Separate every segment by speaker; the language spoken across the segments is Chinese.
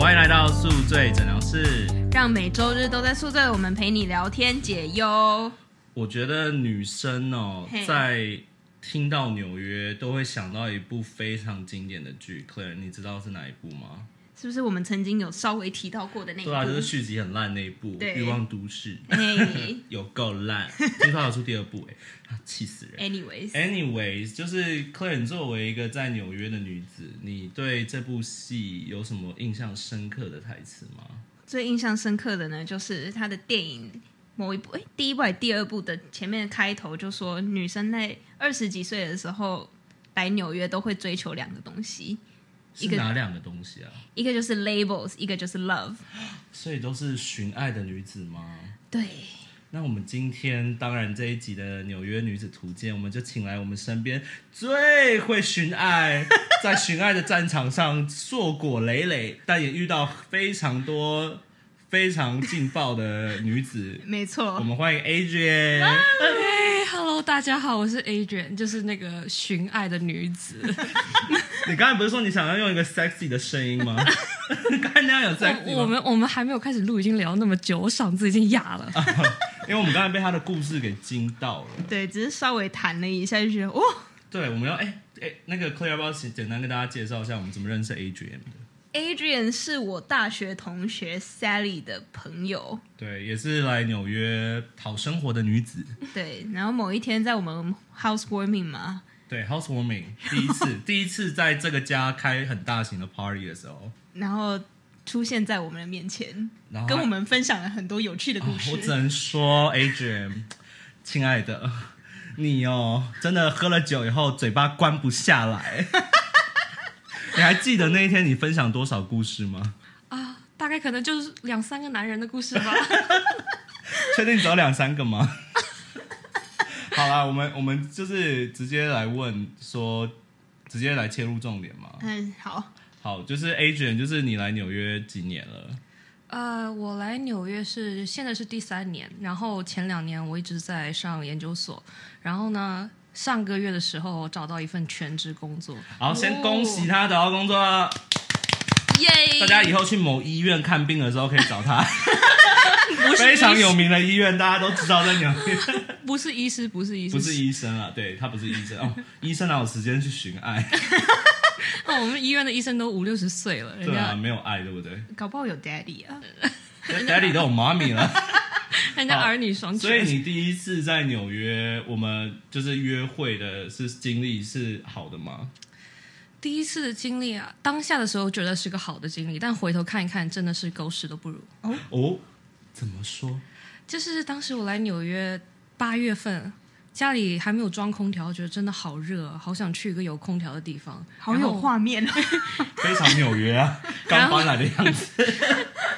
Speaker 1: 迎来到宿醉诊疗室。
Speaker 2: 让每周日都在宿醉，我们陪你聊天解忧。
Speaker 1: 我觉得女生哦
Speaker 2: 嘿，
Speaker 1: 在听到纽约都会想到一部非常经典的剧，Claire，你知道是哪一部吗？
Speaker 2: 是不是我们曾经有稍微提到过的那一部？
Speaker 1: 对啊，就是续集很烂那一部《
Speaker 2: 对
Speaker 1: 欲望都市》，
Speaker 2: 哎
Speaker 1: 有够 烂，听说还有出第二部、哎，啊气死人。
Speaker 2: ，anyways，
Speaker 1: Anyways，就是 Claire，你作为一个在纽约的女子，你对这部戏有什么印象深刻的台词吗？
Speaker 2: 最印象深刻的呢，就是他的电影某一部，哎，第一部还是第二部的前面的开头就说，女生在二十几岁的时候来纽约都会追求两个东西，
Speaker 1: 是
Speaker 2: 一个
Speaker 1: 哪两个东西啊？
Speaker 2: 一个就是 labels，一个就是 love。
Speaker 1: 所以都是寻爱的女子吗？
Speaker 2: 对，
Speaker 1: 那我们今天当然这一集的纽约女子图鉴，我们就请来我们身边最会寻爱，在寻爱的战场上硕果累累，但也遇到非常多非常劲爆的女 子。
Speaker 2: 没
Speaker 1: 我
Speaker 2: 错，
Speaker 1: 们欢迎 Adrian，
Speaker 3: 哎，Hello，大家好，我是 Adrian，就是那个寻爱的女子。
Speaker 1: 你刚才不是说你想要用一个 sexy 的声音吗？ 刚才那样有 sexy
Speaker 3: 我
Speaker 1: 吗？
Speaker 3: 我们我们还没有开始录，已经聊那么久，我嗓子已经哑了。
Speaker 1: 啊因为我们刚才被他的故事给惊到了。
Speaker 2: 对，只是稍微谈了一下就觉得，哦，
Speaker 1: 对，我们要哎哎、那个 Claire 要不要简简单跟大家介绍一下我们怎么认识 Adrian 的？
Speaker 2: Adrian 是我大学同学 Sally 的朋友，
Speaker 1: 对，也是来纽约讨生活的女子。
Speaker 2: 对。然后某一天在我们 housewarming 嘛，
Speaker 1: 对，housewarming 第一次， 第一次在这个家开很大型的 party 的时候，
Speaker 2: 然后出现在我们的面前，
Speaker 1: 然后
Speaker 2: 跟我
Speaker 1: 还、
Speaker 2: 们分享了很多有趣的
Speaker 1: 啊
Speaker 2: 故事。
Speaker 1: 我只能说，Adrian，亲爱的，你哦，真的喝了酒以后嘴巴关不下来。 你还记得那一天你分享多少故事吗？
Speaker 3: 啊大概可能就是两三个男人的故事吧。
Speaker 1: 确定只有两三个吗？ 好啦，我们我们就是直接来问说，直接来切入重点嘛。
Speaker 2: 嗯，好，
Speaker 1: 好，就是 Adrian，就是你来纽约几年了？
Speaker 3: 呃，我来纽约是现在是第三年，然后前两年我一直在上研究所，然后呢，上个月的时候我找到一份全职工作，
Speaker 1: 好，先恭喜他找到工作
Speaker 3: 哦
Speaker 1: 了。
Speaker 3: 耶！
Speaker 1: 大家以后去某医院看病的时候可以找 他，非常有名的医院，大家都知道在纽 约。
Speaker 3: 不是医师，不是医师，
Speaker 1: 不是医生啊，对他不是医生哦，医生哪有时间去寻 爱？
Speaker 3: 哦，我们医院的医生都五六十岁了，人
Speaker 1: 对啊，
Speaker 3: 家
Speaker 1: 没有爱，对不对
Speaker 2: 搞不好有 daddy
Speaker 1: 呃
Speaker 2: 啊。
Speaker 1: ？Daddy 都有妈咪了。
Speaker 3: 人家
Speaker 1: 好
Speaker 3: 儿女双全。
Speaker 1: 所以你第一次在纽约，我们就是约会的是经历是好的 吗？
Speaker 3: 第一次的经历啊，当下的时候觉得是个好的经历，但回头看一看，真的是狗屎都不如。
Speaker 1: 哦，怎么说？
Speaker 3: 就是当时我来纽约八月份，家里还没有装空调，觉得真的好热啊，好想去一个有空调的地方。
Speaker 2: 好有画面哦！
Speaker 1: 非常纽约 啊，刚
Speaker 3: 然后
Speaker 1: 搬来的样子。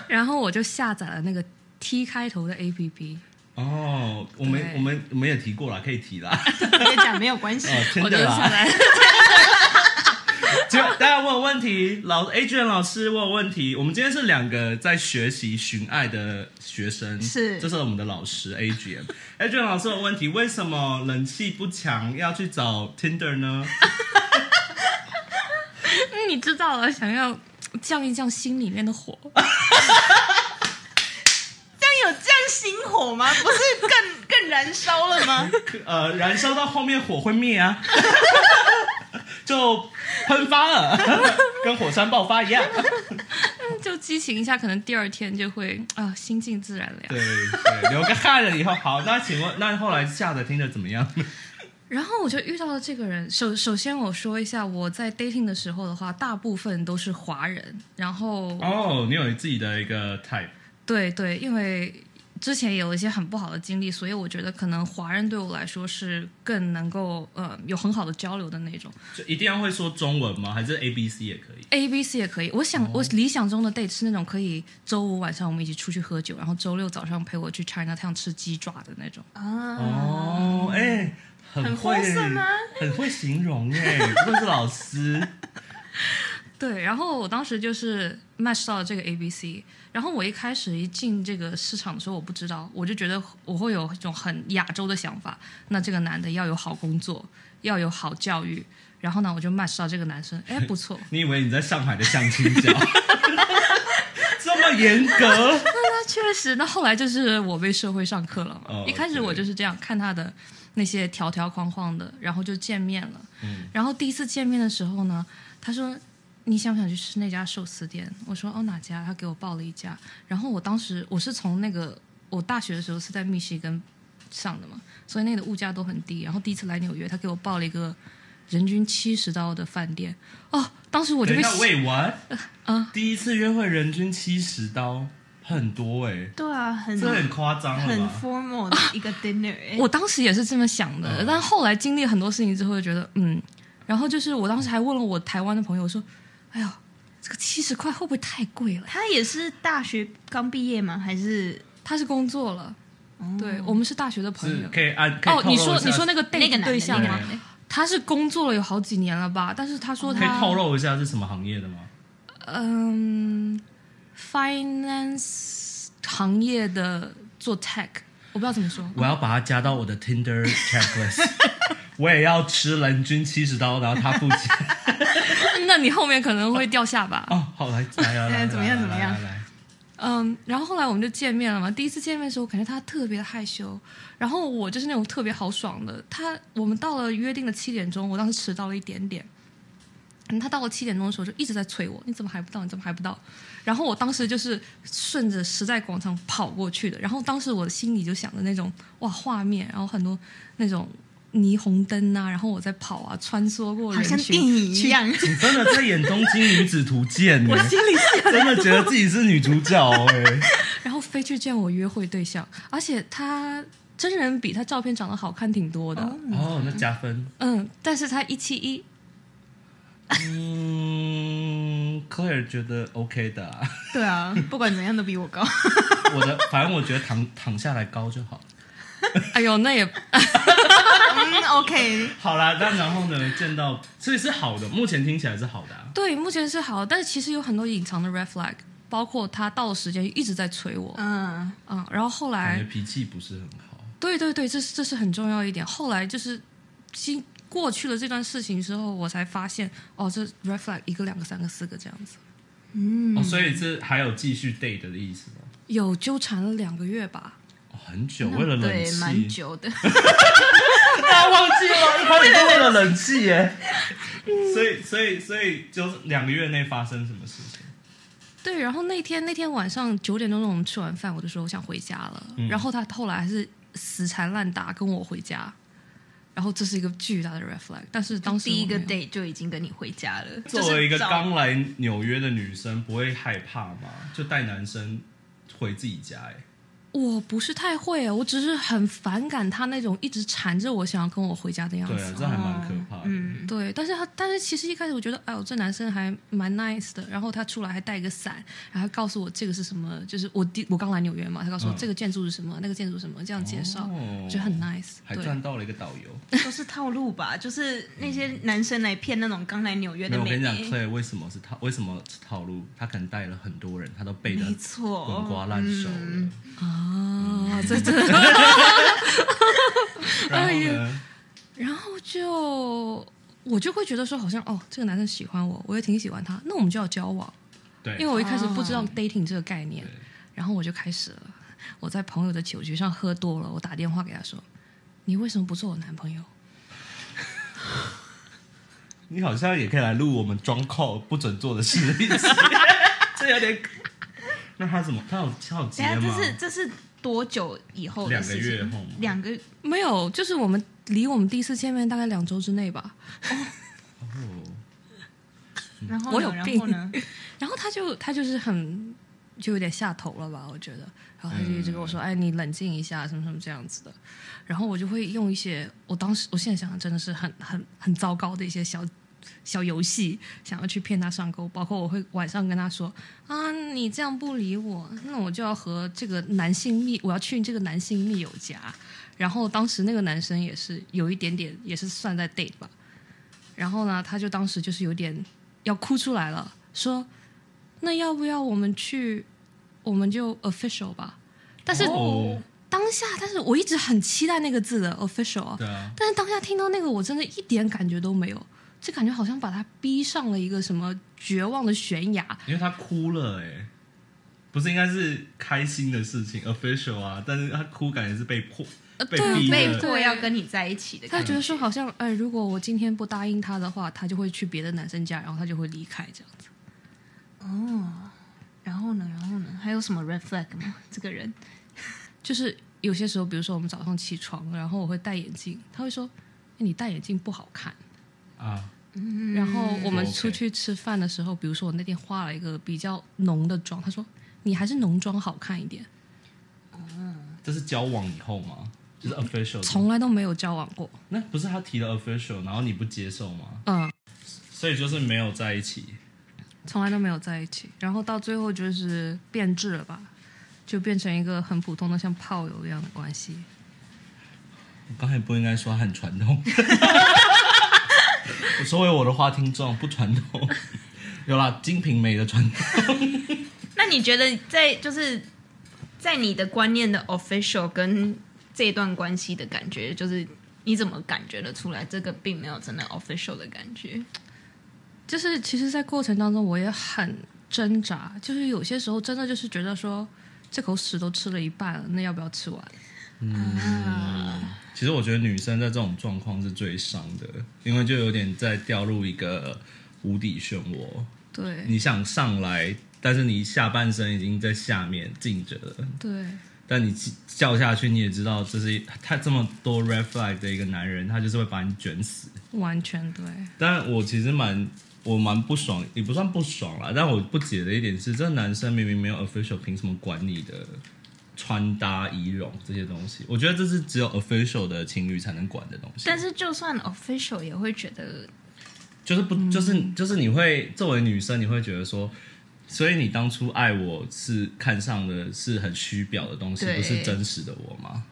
Speaker 3: 然后我就下载了那个 T 开头的 APP，
Speaker 1: 哦，我们
Speaker 3: 对
Speaker 1: 我们我们也提过了，可以提啦。
Speaker 2: 别讲没有关系，
Speaker 1: 哦，
Speaker 3: 我
Speaker 1: 真
Speaker 3: 就
Speaker 1: 的
Speaker 3: 下
Speaker 1: 啦。
Speaker 3: 载。
Speaker 1: 就大家问我问题，老 Adrian 老师问我问题。我们今天是两个在学习寻爱的学生，
Speaker 2: 是
Speaker 1: 这是我们的老师 Adrian。Adrian 老师有问题，为什么冷气不强要去找 Tinder 呢？
Speaker 3: 嗯你知道了，想要降一降心里面的火。嗯
Speaker 2: 这样有这样心火吗？不是更更燃烧了吗？
Speaker 1: 呃，燃烧到后面火会灭啊， 就喷发了， 跟火山爆发 一样。
Speaker 3: 就激情一下，可能第二天就会啊、心静自然凉。
Speaker 1: 对对，流个汗了以后，好，那请问，那后来下载 Tinder 怎么样？
Speaker 3: 然后我就遇到了这个人。首首先我说一下，我在 dating 的时候的话，大部分都是华人。然后，
Speaker 1: 哦，你有自己的一个 type。
Speaker 3: 对对，因为之前也有一些很不好的经历，所以我觉得可能华人对我来说是更能够呃有很好的交流的那种。
Speaker 1: 就一定要会说中文吗？还是 A B C 也可以？
Speaker 3: A、B、C 也可以。我想、我理想中的 date 是那种可以周五晚上我们一起出去喝酒，然后周六早上陪我去 China Town 吃鸡爪的那种。
Speaker 1: 呃
Speaker 2: 啊，
Speaker 1: 哦，哎、很
Speaker 2: 很啊
Speaker 1: 会，
Speaker 2: wholesome 吗
Speaker 1: 很会形容哎、不愧是老师。
Speaker 3: 对，然后我当时就是 match 到了这个 A B C，然后我一开始一进这个市场的时候，我不知道，我就觉得我会有一种很亚洲的想法，那这个男的要有好工作，要有好教育，然后呢，我就 match 到这个男生，哎，不错，
Speaker 1: 你以为你在上海的相亲角？么严格？
Speaker 3: 那确实，那后来就是我被社会上课了嘛。
Speaker 1: 哦
Speaker 3: 一开始我
Speaker 1: 对
Speaker 3: 就是这样看他的那些条条框框的，然后就见面了。
Speaker 1: 嗯
Speaker 3: 然后第一次见面的时候呢，他说。你想不想去吃那家寿司店？我说哦哪家？他给我报了一家。然后我当时我是从那个我大学的时候是在密西根上的嘛，所以那里的物价都很低。然后第一次来纽约，他给我报了一个人均七十刀的饭店。哦，当时我就
Speaker 1: 等
Speaker 3: 被
Speaker 1: 一下，Wait what？
Speaker 3: 啊
Speaker 1: 第一次约会人均七十刀，很多哎、
Speaker 2: 对啊，很
Speaker 1: 这很夸张了
Speaker 2: 很
Speaker 1: 吧？
Speaker 2: formal 的一个 dinner 哎、
Speaker 3: 我当时也是这么想的，
Speaker 1: 嗯
Speaker 3: 但后来经历很多事情之后，就觉得嗯，然后就是我当时还问了我台湾的朋友说，哎呀，这个七十块会不会太贵了？
Speaker 2: 他也是大学刚毕业吗？还是
Speaker 3: 他是工作了，
Speaker 2: 哦
Speaker 3: 对我们是大学的朋
Speaker 1: 是
Speaker 3: 友。
Speaker 1: 可以按可以透
Speaker 3: 哦，
Speaker 1: 露
Speaker 3: 你
Speaker 1: 一下
Speaker 3: 说你说那个
Speaker 2: 那
Speaker 3: date
Speaker 2: 个男的
Speaker 3: 对象欸
Speaker 2: 那
Speaker 3: 吗
Speaker 2: 个？男的
Speaker 3: 他是工作了有好几年了吧？但是他说
Speaker 1: 可以透
Speaker 3: 他
Speaker 1: 露一下是什么行业的吗？
Speaker 3: 嗯，finance 行业的做 tech，我不知道怎么说。
Speaker 1: 我要把它加到我的 Tinder checklist，我也要吃人均七十刀，然后他付钱。
Speaker 3: 那你后面可能会掉下巴。
Speaker 1: 哦，好来来来来，
Speaker 2: 哎怎么样怎么样
Speaker 1: 来来来
Speaker 3: 嗯，然后后来我们就见面了嘛。第一次见面的时候，我感觉他特别害羞，然后我就是那种特别豪爽的。他我们到了约定的七点钟，我当时迟到了一点点。嗯他到了七点钟的时候就一直在催我，你怎么还不到？你怎么还不到？然后我当时就是顺着时代广场跑过去的。然后当时我心里就想着那种哇画面，然后很多那种霓虹灯啊，然后我在跑啊，穿梭过
Speaker 2: 好
Speaker 3: 人
Speaker 2: 像电
Speaker 3: 群。
Speaker 2: 影一样？
Speaker 1: 你真的在演《东京女子 图鉴》
Speaker 3: 我
Speaker 1: 呢？
Speaker 3: 心里是
Speaker 1: 真的觉得自己是女主角哎、
Speaker 3: 然后飞去见我约会对象，而且他真人比他照片长得好看挺多的，
Speaker 1: 哦，那加分。
Speaker 3: 嗯，但是他一七一，
Speaker 1: 嗯，Claire 觉得 OK 的啊、
Speaker 2: 对啊，不管怎样都比 我高。
Speaker 1: 我的反正我觉得躺躺下来高就好了。
Speaker 3: 哎呦，那也
Speaker 2: 嗯，OK，
Speaker 1: 好啦，那然后呢？见到所以是好的，目前听起来是好的、啊。
Speaker 3: 对，目前是好，但是其实有很多隐藏的 red flag，包括他到了时间一直在催我，
Speaker 2: 嗯，
Speaker 3: 嗯，然后后
Speaker 1: 感觉
Speaker 3: 来，
Speaker 1: 脾气不是很好。
Speaker 3: 对对对，这是这是很重要一点。后来就是经过去了这段事情之后，我才发现，哦，这 red flag 一个、两个、三个、四个这样子，
Speaker 2: 嗯
Speaker 1: 哦，所以这还有继续 date 的意思吗？
Speaker 3: 有纠缠了两个月吧。
Speaker 1: 哦、很久，为了冷
Speaker 2: 对，蛮
Speaker 1: 气，
Speaker 2: 久 的。
Speaker 1: 大家忘记了，一开始都为了冷气耶。 所以，所以，所以，就是两个月内发生什么事情？
Speaker 3: 对，然后那天那天晚上九点钟我们吃完饭，我就说我想回家了。
Speaker 1: 嗯
Speaker 3: 然后他后来还是死缠烂打跟我回家，然后这是一个巨大的 red flag。但是当时
Speaker 2: 第一个
Speaker 3: 我没有
Speaker 2: date 就已经跟你回家了，
Speaker 1: 作为一个
Speaker 2: 就是找
Speaker 1: 刚来纽约的女生，不会害怕吗？就带男生回自己家、哎，
Speaker 3: 我不是太会，我只是很反感他那种一直缠着我想要跟我回家的样
Speaker 1: 对啊，
Speaker 3: 子。
Speaker 1: 这还蛮可怕的。
Speaker 2: 嗯，
Speaker 3: 对，但是他，但是其实一开始我觉得，哎呦，这男生还蛮 nice 的。然后他出来还带一个伞，然后告诉我这个是什么，就是我第我刚来纽约嘛，他告诉我
Speaker 1: 嗯
Speaker 3: 这个建筑是什么，那个建筑是什么，这样介绍，
Speaker 1: 哦
Speaker 3: 我觉得很 nice。
Speaker 1: 还
Speaker 3: 对。
Speaker 1: 赚到了一个导游。
Speaker 2: 都是套路吧，就是那些男生来骗那种刚来纽约
Speaker 1: 没
Speaker 2: 的
Speaker 1: 有，我
Speaker 2: 美
Speaker 1: 跟你讲
Speaker 2: 眉。
Speaker 1: ，Clay 为什么是套，为什么是套路？他可能带了很多人，他都背的
Speaker 2: 没
Speaker 1: 滚
Speaker 2: 错，
Speaker 1: 瓜烂熟了。嗯
Speaker 2: 嗯
Speaker 3: 啊，这这，
Speaker 1: 然
Speaker 2: 哎
Speaker 1: 后呢？
Speaker 3: 然后就我就会觉得说，好像哦，这个男生喜欢我，我也挺喜欢他，那我们就要交往，
Speaker 1: 对，
Speaker 3: 因为我一开始不知道
Speaker 2: 哦
Speaker 3: dating 这个概念
Speaker 1: 对，
Speaker 3: 然后我就开始了，我在朋友的酒局上喝多了，我打电话给他说，你为什么不做我男朋友？
Speaker 1: 你好像也可以来录我们装靠不准做的事， 这有点。那他怎么？他有他有
Speaker 2: 等
Speaker 1: 结
Speaker 2: 一下哎这
Speaker 1: 吗？
Speaker 2: 是这是多久以后的
Speaker 1: 两个
Speaker 2: 事情？
Speaker 1: 月后吗
Speaker 2: 两个
Speaker 3: 没有，就是我们离我们第一次见面大概两周之内吧，
Speaker 1: 哦，
Speaker 2: 然后呢
Speaker 3: 我有
Speaker 2: 然
Speaker 3: 病
Speaker 2: 后呢？
Speaker 3: 然后他就他就是很就有点下头了吧，我觉得。然后他就一直跟我说：“哎，你冷静一下，什么什么这样子的。”然后我就会用一些我当时我现在想想真的是很很很糟糕的一些小小游戏，想要去骗他上钩。包括我会晚上跟他说：“啊，你这样不理我，那我就要和这个男性密，我要去这个男性密友家。”然后当时那个男生也是有一点点，也是算在 date 吧。然后呢，他就当时就是有点要哭出来了，说：“那要不要我们去？我们就 official 吧。”但是、
Speaker 1: 哦
Speaker 3: 当下，但是我一直很期待那个字的 official 啊。
Speaker 1: 对啊，
Speaker 3: 但是当下听到那个，我真的一点感觉都没有，这感觉好像把他逼上了一个什么绝望的悬崖。
Speaker 1: 因为他哭了哎、不是应该是开心的事情，official 啊，但是他哭感也是被迫
Speaker 3: 呃
Speaker 1: 被
Speaker 3: 对
Speaker 1: 逼
Speaker 2: 被
Speaker 1: 的，
Speaker 2: 迫要跟你在一起的
Speaker 3: 他
Speaker 2: 感
Speaker 3: 觉得说好像，哎，如果我今天不答应他的话，他就会去别的男生家，然后他就会离开这样子。
Speaker 2: 然后呢，然后呢，还有什么 red flag 吗？这个人
Speaker 3: 就是有些时候，比如说我们早上起床，然后我会戴眼镜，他会说，哎你戴眼镜不好看。
Speaker 1: 啊，
Speaker 3: 然后我们
Speaker 1: 不 OK
Speaker 3: 出去吃饭的时候，比如说我那天化了一个比较浓的妆，他说你还是浓妆好看一点。
Speaker 1: 这是交往以后吗？就是 official，的
Speaker 3: 从来都没有交往过，
Speaker 1: 那不是他提了 official，然后你不接受吗？
Speaker 3: 嗯，
Speaker 1: 所以就是没有在一起。
Speaker 3: 从来都没有在一起。然后到最后就是变质了吧，就变成一个很普通的像炮友一样的关系。
Speaker 1: 我刚才不应该说他很传统。我作为我的话听众，不传统。有啦，《金瓶梅》的传统。
Speaker 2: 那你觉得在就是在你的观念的 official 跟这段关系的感觉，就是你怎么感觉得出来这个并没有真的 official 的感觉？
Speaker 3: 就是其实，在过程当中我也很挣扎，就是有些时候真的就是觉得说，这口屎都吃了一半了，那要不要吃完？
Speaker 1: 其实我觉得女生在这种状况是最伤的，因为就有点在掉入一个无底漩涡。
Speaker 3: 对
Speaker 1: 你想上来，但是你下半身已经在下面静着了，
Speaker 3: 对，
Speaker 1: 但你叫下去，你也知道这是一他这么多 red flag 的一个男人，他就是会把你卷死。
Speaker 3: 完全对，
Speaker 1: 但我其实蛮我蛮不爽，也不算不爽啦。但我不解的一点是，这男生明明没有 official，凭什么管你的穿搭、仪容这些东西？我觉得这是只有 official 的情侣才能管的东西。
Speaker 2: 但是就算 official 也会觉得，
Speaker 1: 就是不
Speaker 2: 嗯
Speaker 1: 就是就是你会作为女生，你会觉得说。所以你当初爱我是看上的是很虚表的东西，
Speaker 2: 对
Speaker 1: 不是真实的我吗？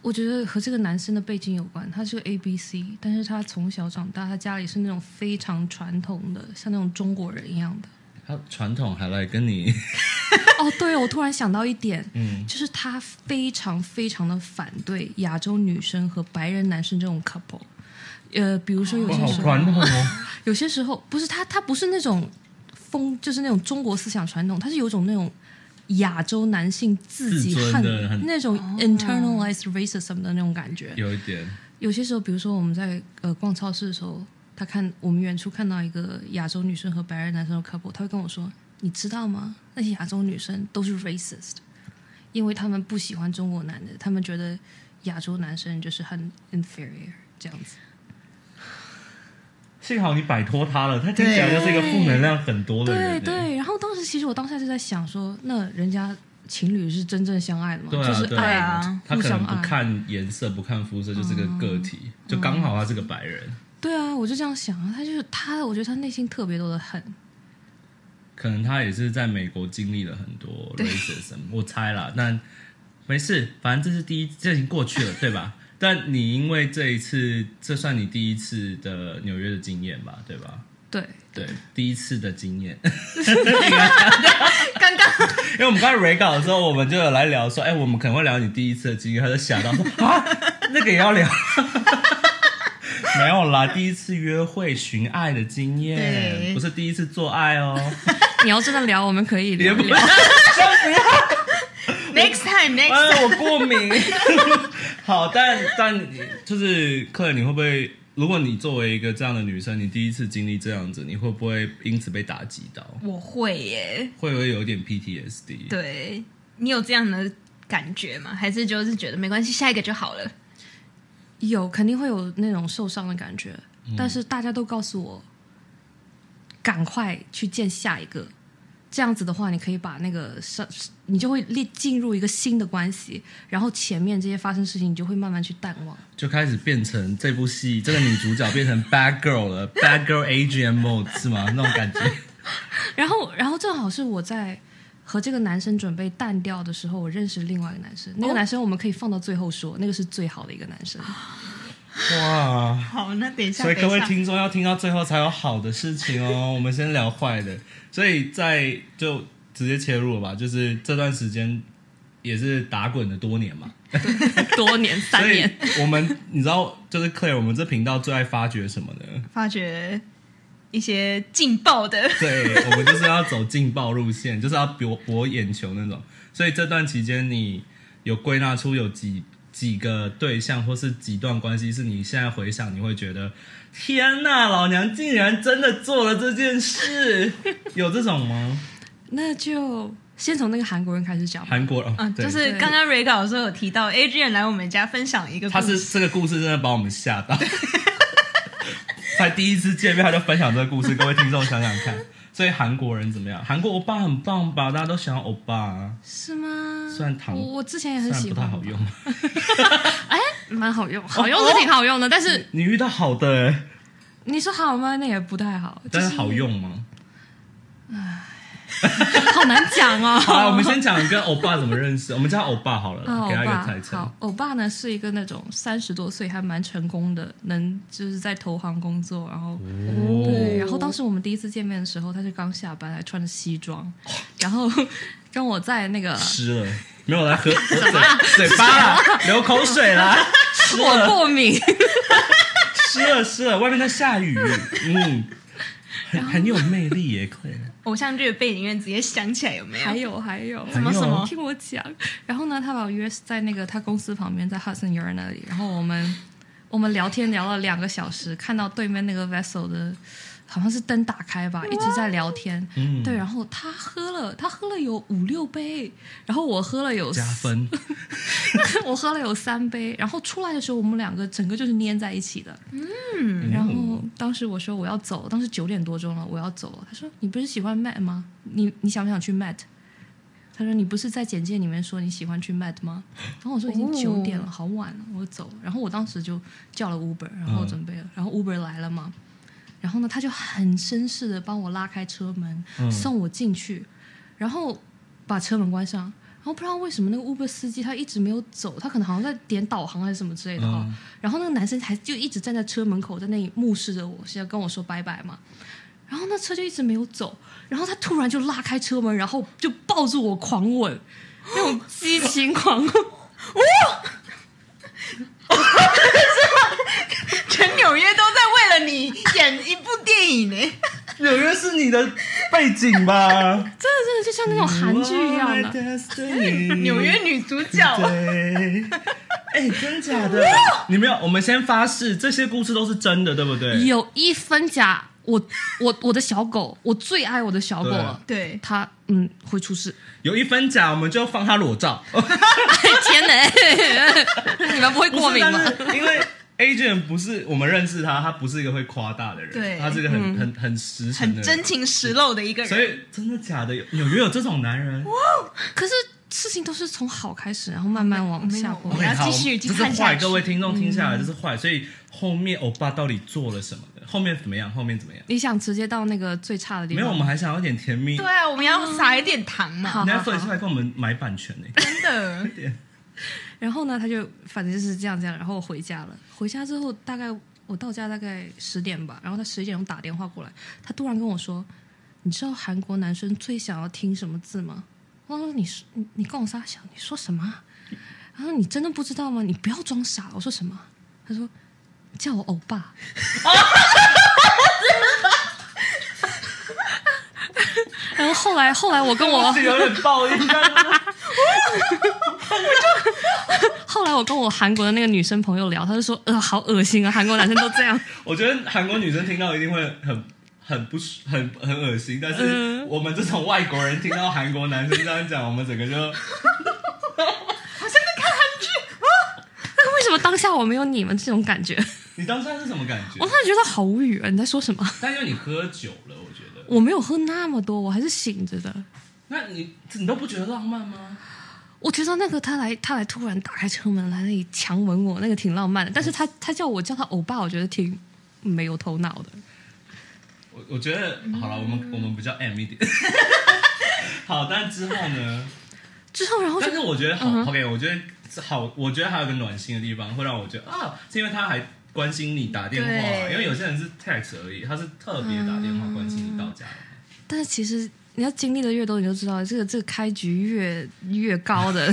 Speaker 3: 我觉得和这个男生的背景有关，他是个 A B C，但是他从小长大，他家里是那种非常传统的，像那种中国人一样的。
Speaker 1: 他传统还来跟 你，
Speaker 3: 哦，对了，我突然想到一点，
Speaker 1: 嗯，
Speaker 3: 就是他非常非常的反对亚洲女生和白人男生这种 couple。呃，比如说有
Speaker 1: 我
Speaker 3: 些
Speaker 1: 好
Speaker 3: 时候，
Speaker 1: 传统哦，
Speaker 3: 有些时候不是他，他不是那种风，就是那种中国思想传统，他是有一种那种亚洲男性自
Speaker 1: 自
Speaker 3: 己
Speaker 1: 尊
Speaker 3: 恨
Speaker 1: 的很哦
Speaker 3: 那种 internalized racism 的那种感觉。
Speaker 1: 有一点
Speaker 3: 有些时候，比如说我们在呃逛超市的时候，他看我们远处看到一个亚洲女生和白人男生的 couple，他会跟我说：“你知道吗？那些亚洲女生都是 racist，因为他们不喜欢中国男的，他们觉得亚洲男生就是很 inferior 这样子。
Speaker 1: 幸好你摆脱他了，他听起来就是一个负能量很多的人
Speaker 3: 对
Speaker 1: 欸。
Speaker 3: 对，然后当时其实我当下就在想说，那人家情侣是真正相爱的嘛？
Speaker 1: 对啊，
Speaker 3: 就是
Speaker 1: 对
Speaker 3: 爱
Speaker 2: 啊
Speaker 1: 他可能
Speaker 3: 互相
Speaker 1: 不
Speaker 3: 爱嗯
Speaker 1: 看颜色，不看肤色，就是个个体，就刚好他是个白人，
Speaker 3: 对啊，我就这样想啊，他就是他，我觉得他内心特别多的恨。
Speaker 1: 可能他也是在美国经历了很多 racism，我猜啦。但没事，反正这是第一，这已经过去了，对吧？但你因为这一次，这算你第一次的纽约的经验吧，对吧？
Speaker 3: 对，
Speaker 1: 对，第一次的经验。
Speaker 2: 刚刚
Speaker 1: 因为我们刚才 re 稿的时候，我们就有来聊说，哎、我们可能会聊你第一次的经历，他就想到说 啊，那个也要聊。 没有啦，第一次约会寻爱的经验，
Speaker 2: 对
Speaker 1: 不是第一次做爱哦。
Speaker 3: 你要真的聊，我们可以聊一
Speaker 1: 不 哎
Speaker 3: 聊。
Speaker 2: next time next
Speaker 1: 哎，我过敏。 好，但但就是客人，你会不会？如果你作为一个这样的女生，你第一次经历这样子，你会不会因此被打击到？
Speaker 2: 我会耶，
Speaker 1: 会不会有一点 PTSD？
Speaker 2: 对你有这样的感觉吗？还是就是觉得没关系，下一个就好了？
Speaker 3: 有肯定会有那种受伤的感觉，
Speaker 1: 嗯
Speaker 3: 但是大家都告诉我，赶快去见下一个。这样子的话，你可以把那个上，你就会立进入一个新的关系，然后前面这些发生事情，你就会慢慢去淡忘。
Speaker 1: 就开始变成这部戏这个女主角变成 bad girl 了，bad girl Adrian mode 是吗？那种感觉。
Speaker 3: 然后， 然后正好是我在和这个男生准备淡掉的时候，我认识另外一个男生。那
Speaker 1: 哦
Speaker 3: 个男生我们可以放到最后说，那个是最好的一个男 生。
Speaker 1: 哇！
Speaker 2: 好，那等一下，
Speaker 1: 所以各位
Speaker 2: 等一下
Speaker 1: 听众要听到最后才有好的事情 哦。我们先聊坏的，所以在就直接切入了吧。就是这段时间也是打滚的多年嘛，
Speaker 3: 多年三年，
Speaker 1: 所以我们你知道，就是 Claire，我们这频道最爱发掘什么呢？
Speaker 2: 发觉一些劲爆的，
Speaker 1: 对，我们就是要走劲爆路线，就是要博博眼球那种。所以这段期间，你有归纳出有几几个对象或是几段关系，是你现在回想你会觉得，天呐，老娘竟然真的做了这件事，有这种吗？
Speaker 3: 那就先从那个韩国人开始讲吧。
Speaker 1: 韩国哦，
Speaker 2: 嗯，
Speaker 1: 对，
Speaker 2: 就是刚刚 Ray 稿的时候有提到，Adrian 来我们家分享一个故
Speaker 1: 他
Speaker 2: 事，
Speaker 1: 是这个故事真的把我们吓到， 才第一次见面他就分享这个故事，各位听众想想看。所以韩国人怎么样？韩国欧巴很棒吧？大家都想要欧巴、啊，
Speaker 3: 是吗？
Speaker 1: 虽然糖
Speaker 3: 我我之前也
Speaker 1: 虽
Speaker 3: 很
Speaker 1: 然
Speaker 3: 喜
Speaker 1: 不
Speaker 3: 欢
Speaker 1: 太，好用。
Speaker 3: 哎蛮好
Speaker 1: 哦
Speaker 3: 用，好用是挺好用的，但是
Speaker 1: 你遇到好的、欸，
Speaker 3: 你说好吗？那也不太好，就
Speaker 1: 但是好用吗？
Speaker 3: 好难讲 哦。
Speaker 1: 好啦，我们 先讲跟欧巴怎么认识，我们叫欧巴好了啦，
Speaker 3: 啊，
Speaker 1: 给
Speaker 3: 欧
Speaker 1: 他一个
Speaker 3: 巴
Speaker 1: 代称
Speaker 3: 好。，欧巴呢是一个那种三十多岁还蛮成功的，能就是在投行工作，然
Speaker 1: 哦
Speaker 3: 后对，然后当时我们第一次见面的时候，他是刚下班，还穿着西装，然后 跟我在那个
Speaker 1: 湿了，没有来喝 嘴嘴巴啦，流口水啦，湿
Speaker 3: 我
Speaker 1: 了
Speaker 3: 过敏，
Speaker 1: 湿了湿了，外面在下雨，嗯，很很有魅力耶，Claire，
Speaker 2: 偶像剧的背景音乐直接想起来有没有？
Speaker 3: 还有还有
Speaker 1: 什么什么
Speaker 3: 听我讲。然后呢，他把我约在那个他公司旁边，在 Hudson Yard 那里。然后我们我们聊天聊了两个小时，看到对面那个 vessel 的，好像是灯打开吧，一直在聊天。
Speaker 1: 嗯
Speaker 3: 对，然后他喝了，他喝了有五六杯，然后我喝了有
Speaker 1: 加分，
Speaker 3: 我喝了有三杯，然后出来的时候，我们两个整个就是粘在一起的。
Speaker 1: 嗯
Speaker 3: 然后当时我说我要走，当时九点多钟了，我要走了。他说你不是喜欢 Matt 吗？你你想不想去 Matt？他说你不是在简介里面说你喜欢去 Matt 吗？然后我说已经
Speaker 2: 哦
Speaker 3: 九点了，好晚了，我走。然后我当时就叫了 Uber，然后
Speaker 1: 嗯
Speaker 3: 准备了，然后 Uber 来了嘛。然后呢，他就很绅士的帮我拉开车门，
Speaker 1: 嗯
Speaker 3: 送我进去，然后把车门关上。然后不知道为什么那个 Uber 司机他一直没有走，他可能好像在点导航还是什么之类的啊、
Speaker 1: 嗯
Speaker 3: 然后那个男生还就一直站在车门口，在那里目视着我，是要跟我说拜拜嘛。然后那车就一直没有走，然后他突然就拉开车门，然后就抱住我狂吻，那种激情狂吻。
Speaker 2: 全纽约都在为了你演一部电影呢。
Speaker 1: 纽约是你的背景 吧？
Speaker 3: 真的真的就像那种哦韩剧一样的。
Speaker 1: 的
Speaker 2: 纽约女主角，
Speaker 1: 对，哎、真假的？你没有？我们先发誓，这些故事都是真的，对不对？
Speaker 3: 有一分假，我我我的小狗，我最爱我的小狗了，
Speaker 2: 对，
Speaker 3: 它嗯会出事，
Speaker 1: 有一分假，我们就放他裸 照。
Speaker 3: 天哪， 你们不会过
Speaker 1: 不是，
Speaker 3: 敏
Speaker 1: 但
Speaker 3: 吗？
Speaker 1: 是因为 Agent 不是我们认识他，他不是一个会夸大的人，
Speaker 2: 对嗯
Speaker 1: 他是一个很、很很实诚的
Speaker 2: 很
Speaker 1: 人，
Speaker 2: 真情实露的一个
Speaker 1: 所
Speaker 2: 人。
Speaker 1: 以真的假的？有纽约有这种男人？
Speaker 3: 可是事情都是从好开始，然后慢慢往下
Speaker 2: 我
Speaker 3: 过
Speaker 2: 没。们有
Speaker 1: OK，
Speaker 2: 要
Speaker 1: 好
Speaker 2: 继续
Speaker 1: 这
Speaker 2: 继续
Speaker 1: 是
Speaker 2: 看下
Speaker 1: 坏，
Speaker 2: 去嗯
Speaker 1: 各位听众听下来这是坏，所以后面欧巴到底做了什么？后面怎么样？后面怎么样？
Speaker 3: 你想直接到那个最差的地
Speaker 1: 没
Speaker 3: 方？
Speaker 1: 有，我们还想要一点甜蜜。
Speaker 2: 对啊，我们要撒一点糖嘛，
Speaker 3: 好
Speaker 1: 你 Netflix 还跟我们买版权呢、
Speaker 2: 真 的。
Speaker 3: 然后呢，他就反正就是这样这样，然后我回家了。回家之后，大概我到家大概十点吧，然后他十一点钟打电话过来，他突然跟我说：“你知道韩国男生最想要听什么字吗？”我说：“你说你你跟我撒小，你说什么啊？”然后你真的不知道吗？你不要装傻了。我说什么？他说叫我欧巴。 然后后来后来我跟 我
Speaker 1: 是有点爆音，
Speaker 3: 后来我跟我韩国的那个女生朋友聊，她就说：“呃，好恶心啊，韩国男生都这 样。
Speaker 1: 我觉得韩国女生听到一定会很很不舒很很恶心，但是我们这种外国人听到韩国男生这样讲，我们整个就
Speaker 3: 那为什么当下我没有你们这种 感觉？
Speaker 1: 你当下是什么感觉
Speaker 3: 我？突然觉得好无语啊！你在说什么？
Speaker 1: 但因为你喝酒了，我觉得，
Speaker 3: 我没有喝那么多，我还是醒着的。
Speaker 1: 那你你都不觉得浪漫吗？
Speaker 3: 我觉得那个他来，他来突然打开车门来那里强吻我，那个挺浪漫的。但是他 他叫我叫他欧巴，我觉得挺没有头脑的。
Speaker 1: 我我觉得好了，我们我们比较 M 一点。 好，但之后呢？
Speaker 3: 之后，然后就
Speaker 1: 但是我觉得好、OK，我嗯觉得好，我觉得还有个暖心的地方，会让我觉得啊，是因为他还关心你打电话，
Speaker 2: 对
Speaker 1: 因为有些人是 text 而已，他是特别打电话关心你到家了。
Speaker 3: 但是其实你要经历的越多，你就知道这个这个开局越越高 的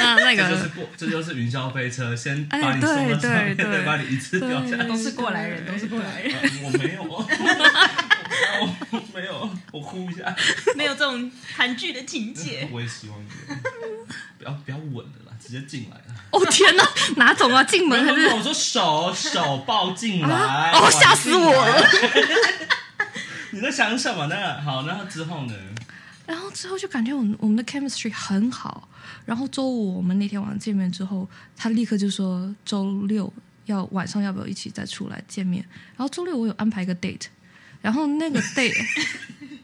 Speaker 3: 那那
Speaker 1: 这就是
Speaker 3: 个。
Speaker 1: 过，这就是云霄飞车，先
Speaker 3: 哎
Speaker 1: 把你送到
Speaker 3: 对
Speaker 1: 上面，
Speaker 3: 对对
Speaker 1: 再把你一次掉下来。
Speaker 3: 对
Speaker 2: 都是过来人，都是过来人。
Speaker 1: 啊我没有，没有，我哭一下。
Speaker 2: 没有这种韩剧的情节。
Speaker 1: 我也希望有，不要不要吻了啦，直接进来啦。
Speaker 3: 哦天哪，哪种啊？进门还
Speaker 1: 不
Speaker 3: 是
Speaker 1: 是？我说手手抱进来，
Speaker 3: 哦
Speaker 1: 哇
Speaker 3: 吓死我！
Speaker 1: 你进来你在想什么呢？好，那之后呢？
Speaker 3: 然后之后就感觉我们我们的 chemistry 很好。然后周五我们那天晚上见面之后，他立刻就说周六要晚上要不要一起再出来见面。然后周六我有安排一个 date，然后那个 date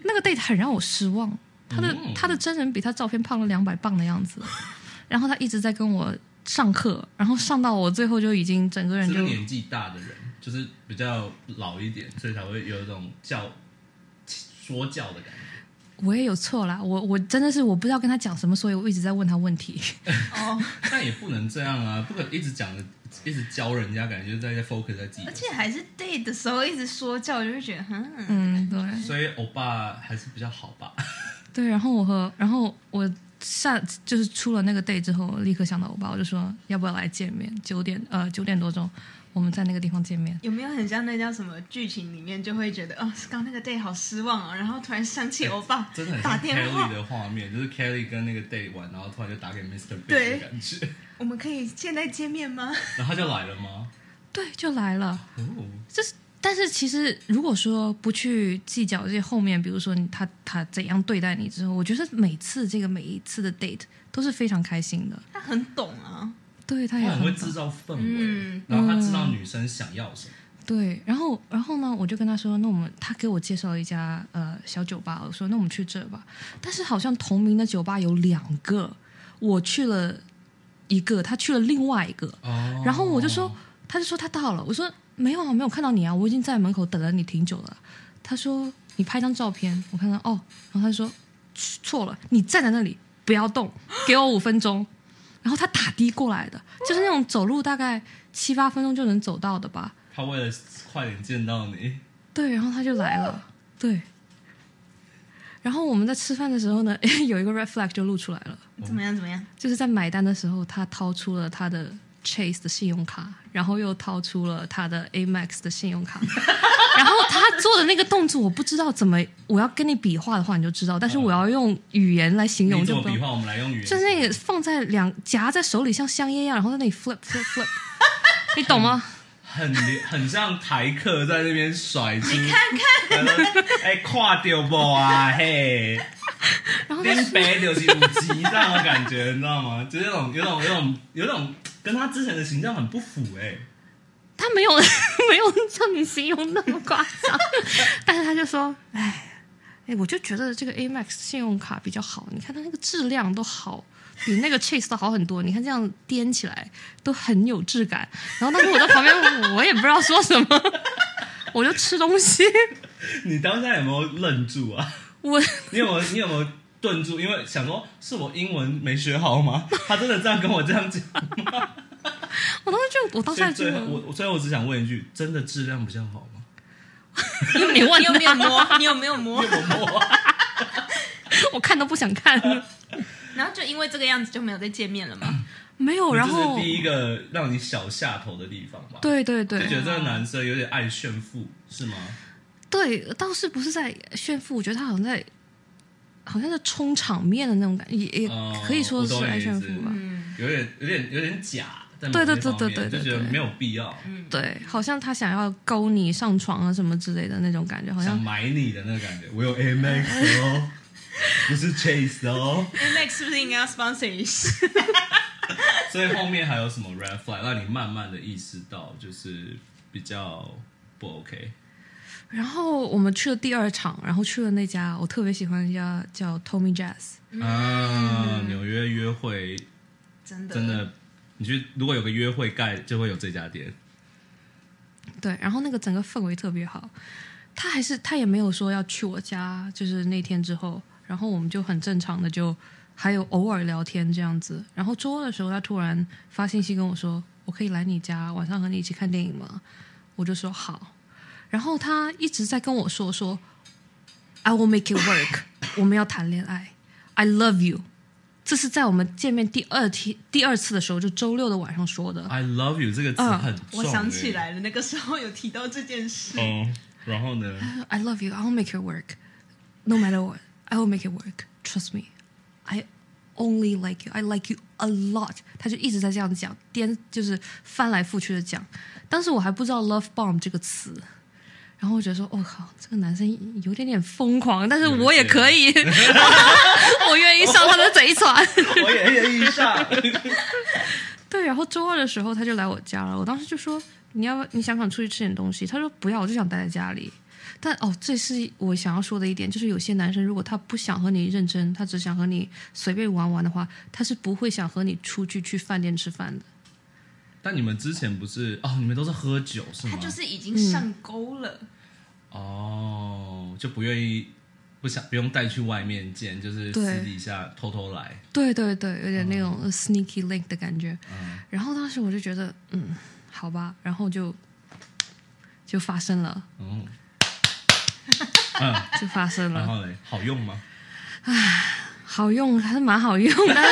Speaker 3: 那个 date 很让我失望，他的、
Speaker 1: 嗯
Speaker 3: 他的真人比他照片胖了两百磅的样子。然后他一直在跟我上课，然后上到我最后就已经整个人
Speaker 1: 是不
Speaker 3: 就是
Speaker 1: 年纪大的人，就是比较老一点，所以才会有一种教说教的感觉。
Speaker 3: 我也有错啦，我我真的是我不知道跟他讲什么，所以我一直在问他问 题。
Speaker 2: 哦，
Speaker 1: 但也不能这样啊，不可一直讲的，一直教人家，感觉就在在 focus 在自己
Speaker 2: 而。且还是 date 的时候一直说教，我就会觉得，嗯，
Speaker 3: 嗯，对。
Speaker 1: 所以欧巴还是比较好吧。
Speaker 3: 对，然后我和然后我下就是出了那个 day 之后，我立刻想到我爸，我就说要不要来见面？九点呃九点多钟，我们在那个地方见面。
Speaker 2: 有没有很像那叫什么剧情里面就会觉得，哦，刚那个 date 好失望啊，然后突然想起欧巴
Speaker 1: 真的很
Speaker 2: 打
Speaker 1: 像
Speaker 2: 电话
Speaker 1: Kelly，的画面，就是 Kelly 跟那个 Day 玩，然后突然就打给 Mr. Big 的
Speaker 2: 对
Speaker 1: 感觉，
Speaker 2: 我们可以现在见面吗？
Speaker 1: 然后他就来了吗？
Speaker 3: 对，就来了。
Speaker 1: 哦，
Speaker 3: 就是但是其实如果说不去计较这些后面，比如说你他他怎样对待你之后，我觉得每次这个每一次的 date 都是非常开心的。
Speaker 2: 他很懂啊，
Speaker 3: 对，他
Speaker 1: 他
Speaker 3: 也
Speaker 1: 很会
Speaker 3: 很
Speaker 1: 制
Speaker 3: 棒
Speaker 1: 造氛围，
Speaker 2: 嗯
Speaker 1: 然后他知道女生想要什么。
Speaker 3: 对，然后然后呢，我就跟他说，那我们他给我介绍了一家呃小酒吧，我说那我们去这吧。但是好像同名的酒吧有两个，我去了一个，他去了另外一个，
Speaker 1: 哦
Speaker 3: 嗯然后我就说，他就说他到了，我说没有啊，没有看到你啊，我已经在门口等了你挺久了。他说你拍张照片，我看到哦，然后他就说错了，你站在那里不要动，给我五分钟。然后他打的过来的，就是那种走路大概七八分钟就能走到的吧。
Speaker 1: 他为了快点见到你，
Speaker 3: 对，然后他就来了，对。然后我们在吃饭的时候呢， 有一个 red flag 就露出来了，
Speaker 1: 哦
Speaker 2: 怎么样怎么样？
Speaker 3: 就是在买单的时候，他掏出了他的 Chase 的信用卡，然后又掏出了他的 Amex 的信用卡， 然后他做的那个动作，我不知道怎么，我要跟你比划的话你就知道，但是我要用语言来形容
Speaker 1: 你怎
Speaker 3: 就
Speaker 1: 么
Speaker 3: 不知道
Speaker 1: 比划？我们来用语言，
Speaker 3: 就是那个放在两夹在手里像香烟一样，然后在那里 flip flip flip，你 懂吗？
Speaker 1: 很很像台客在那边甩出，你看看， 哎，跨掉不啊嘿。
Speaker 3: 然后他
Speaker 1: 边北就是五级这样的感觉，你知道吗？就是那种有种有种有种跟他之前的形象很不符哎、
Speaker 3: 他没有 没有像你形容那么夸张，但是他就说，哎，哎，我就觉得这个 Amex 信用卡比较好，你看它那个质量都好，比那个 Chase 的好很多，你看这样颠起来都很有质感。然后当时我在旁边，我也不知道说什么， 我就吃东西，
Speaker 1: 你当下有没有愣住啊？
Speaker 3: 我
Speaker 1: 你有没有你有没有顿住？因为想说是我英文没学好吗？他真的这样跟我这样讲，
Speaker 3: 我当时就我当
Speaker 1: 所以
Speaker 3: 下就
Speaker 1: 最后我我最后只想问一句：真的质量比较好吗？
Speaker 3: 因为你 问
Speaker 2: 你有没有
Speaker 3: 他，
Speaker 2: 摸？你有没有摸？
Speaker 3: 我看都不想看，
Speaker 2: 然后就因为这个样子就没有再见面了嘛。
Speaker 3: 没有，哦然后
Speaker 1: 这是第一个让你小下头的地方吧？，
Speaker 3: 对对对，
Speaker 1: 就觉得这个男生有点爱炫富是吗？
Speaker 3: 对，倒是不是在炫富，我觉得他好像在，好像在冲场面的那种感觉，也也
Speaker 1: 哦
Speaker 3: 可以说
Speaker 1: 我
Speaker 3: 是
Speaker 1: 懂你
Speaker 3: 爱
Speaker 1: 意
Speaker 3: 炫
Speaker 1: 思
Speaker 3: 富吧。
Speaker 2: 嗯，
Speaker 1: 有点有点有点假，在某
Speaker 3: 对对
Speaker 1: 些
Speaker 3: 对
Speaker 1: 方
Speaker 3: 对
Speaker 1: 面
Speaker 3: 对对
Speaker 1: 就觉得
Speaker 3: 对
Speaker 1: 没有必要，
Speaker 3: 对，好像他想要勾你上床啊什么之类的那种感觉，好
Speaker 1: 想
Speaker 3: 像
Speaker 1: 买你的那个感觉。我有 Amex 哦，不是 Chase 哦。
Speaker 2: Max 是不是应该要 sponsor 一下？
Speaker 1: 所以后面还有什么 red flag 让你慢慢的意识到，就是比较不 OK。
Speaker 3: 然后我们去了第二场，然后去了那家我特别喜欢的一家叫 Tommy Jazz，
Speaker 1: 嗯啊，纽约约会
Speaker 2: 真的
Speaker 1: 真的，你去如果有个约会盖，就会有这家店。
Speaker 3: 对，然后那个整个氛围特别好。他还是他也没有说要去我家，就是那天之后，然后我们就很正常的就还有偶尔聊天这样子。然后周二的时候，他突然发信息跟我说：“我可以来你家，晚上和你一起看电影吗？”我就说好。然后他一直在跟我说说：“I will make it work，我 们要谈恋爱，I love you。”这是在我们见面第二天第二次的时候，就周六的晚上说的。
Speaker 1: I love you 这个词
Speaker 3: 嗯
Speaker 1: 很重、欸
Speaker 2: 我想起，来了，那个时候有提到这件事。
Speaker 1: 嗯，然后 呢？
Speaker 3: I love you. I will make it work. No matter what, I will make it work. Trust me. I only like you. I like you a lot. 他就一直在这样讲，颠就是翻来覆去的讲。当时我还不知道 love bomb 这个词，然后我觉得说，我、靠，这个男生有点点疯狂，但是我也可以， 我愿意上他的 贼船。
Speaker 1: 我也哎愿意上。
Speaker 3: 对，然后周二的时候他就来我家了，我当时就说你要不你想不想出去吃点东西？他说不要，我就想待在家里。但哦，这是我想要说的一点，就是有些男生如果他不想和你认真，他只想和你随便玩玩的话，他是不会想和你出去去饭店吃饭的。
Speaker 1: 但你们之前不是哦？你们都是喝酒是
Speaker 2: 他
Speaker 1: 吗？嗯
Speaker 2: 就是已经上钩了。
Speaker 1: 哦，就不愿意，不想不用带去外面见，就是
Speaker 3: 对
Speaker 1: 私底下偷偷来。
Speaker 3: 对对对，有点那种 sneaky link 的感觉。
Speaker 1: 嗯，
Speaker 3: 然后当时我就觉得，嗯，好吧，然后就就发生了，
Speaker 1: 哦，
Speaker 3: 就发生
Speaker 1: 然
Speaker 3: 了，
Speaker 1: 后嘞，好用吗？
Speaker 3: 好用还是蛮好用，但是。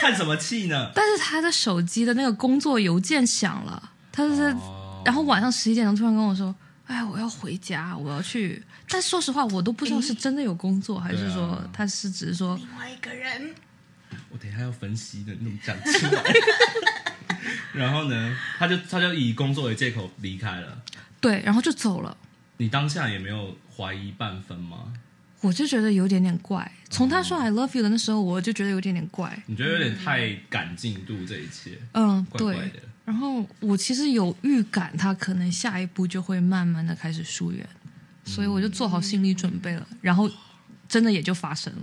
Speaker 1: 叹什么气呢？
Speaker 3: 但是他的手机的那个工作邮件响了，他是，
Speaker 1: 哦
Speaker 3: 然后晚上十一点钟突然跟我说：“哎，我要回家，我要去。”但说实话，我都不知道是真的有工作，还是
Speaker 1: 对
Speaker 3: 说
Speaker 1: 啊
Speaker 3: 他是只是说，
Speaker 2: 另外一个人，
Speaker 1: 我等一下要分析的，你怎么讲出来？ 然后呢，他就他就以工作为借口离开了。
Speaker 3: 对，然后就走了。
Speaker 1: 你当下也没有怀疑半分吗？
Speaker 3: 我就觉得有点点怪。从他说
Speaker 1: 哦
Speaker 3: “I love you” 的那时候，我就觉得有点点怪。
Speaker 1: 你觉得有点太赶进度这一切，
Speaker 3: 嗯，
Speaker 1: 怪
Speaker 3: 对。
Speaker 1: 怪的。
Speaker 3: 然后我其实有预感，他可能下一步就会慢慢的开始疏远，所以我就做好心理准备了。然后真的也就发生了。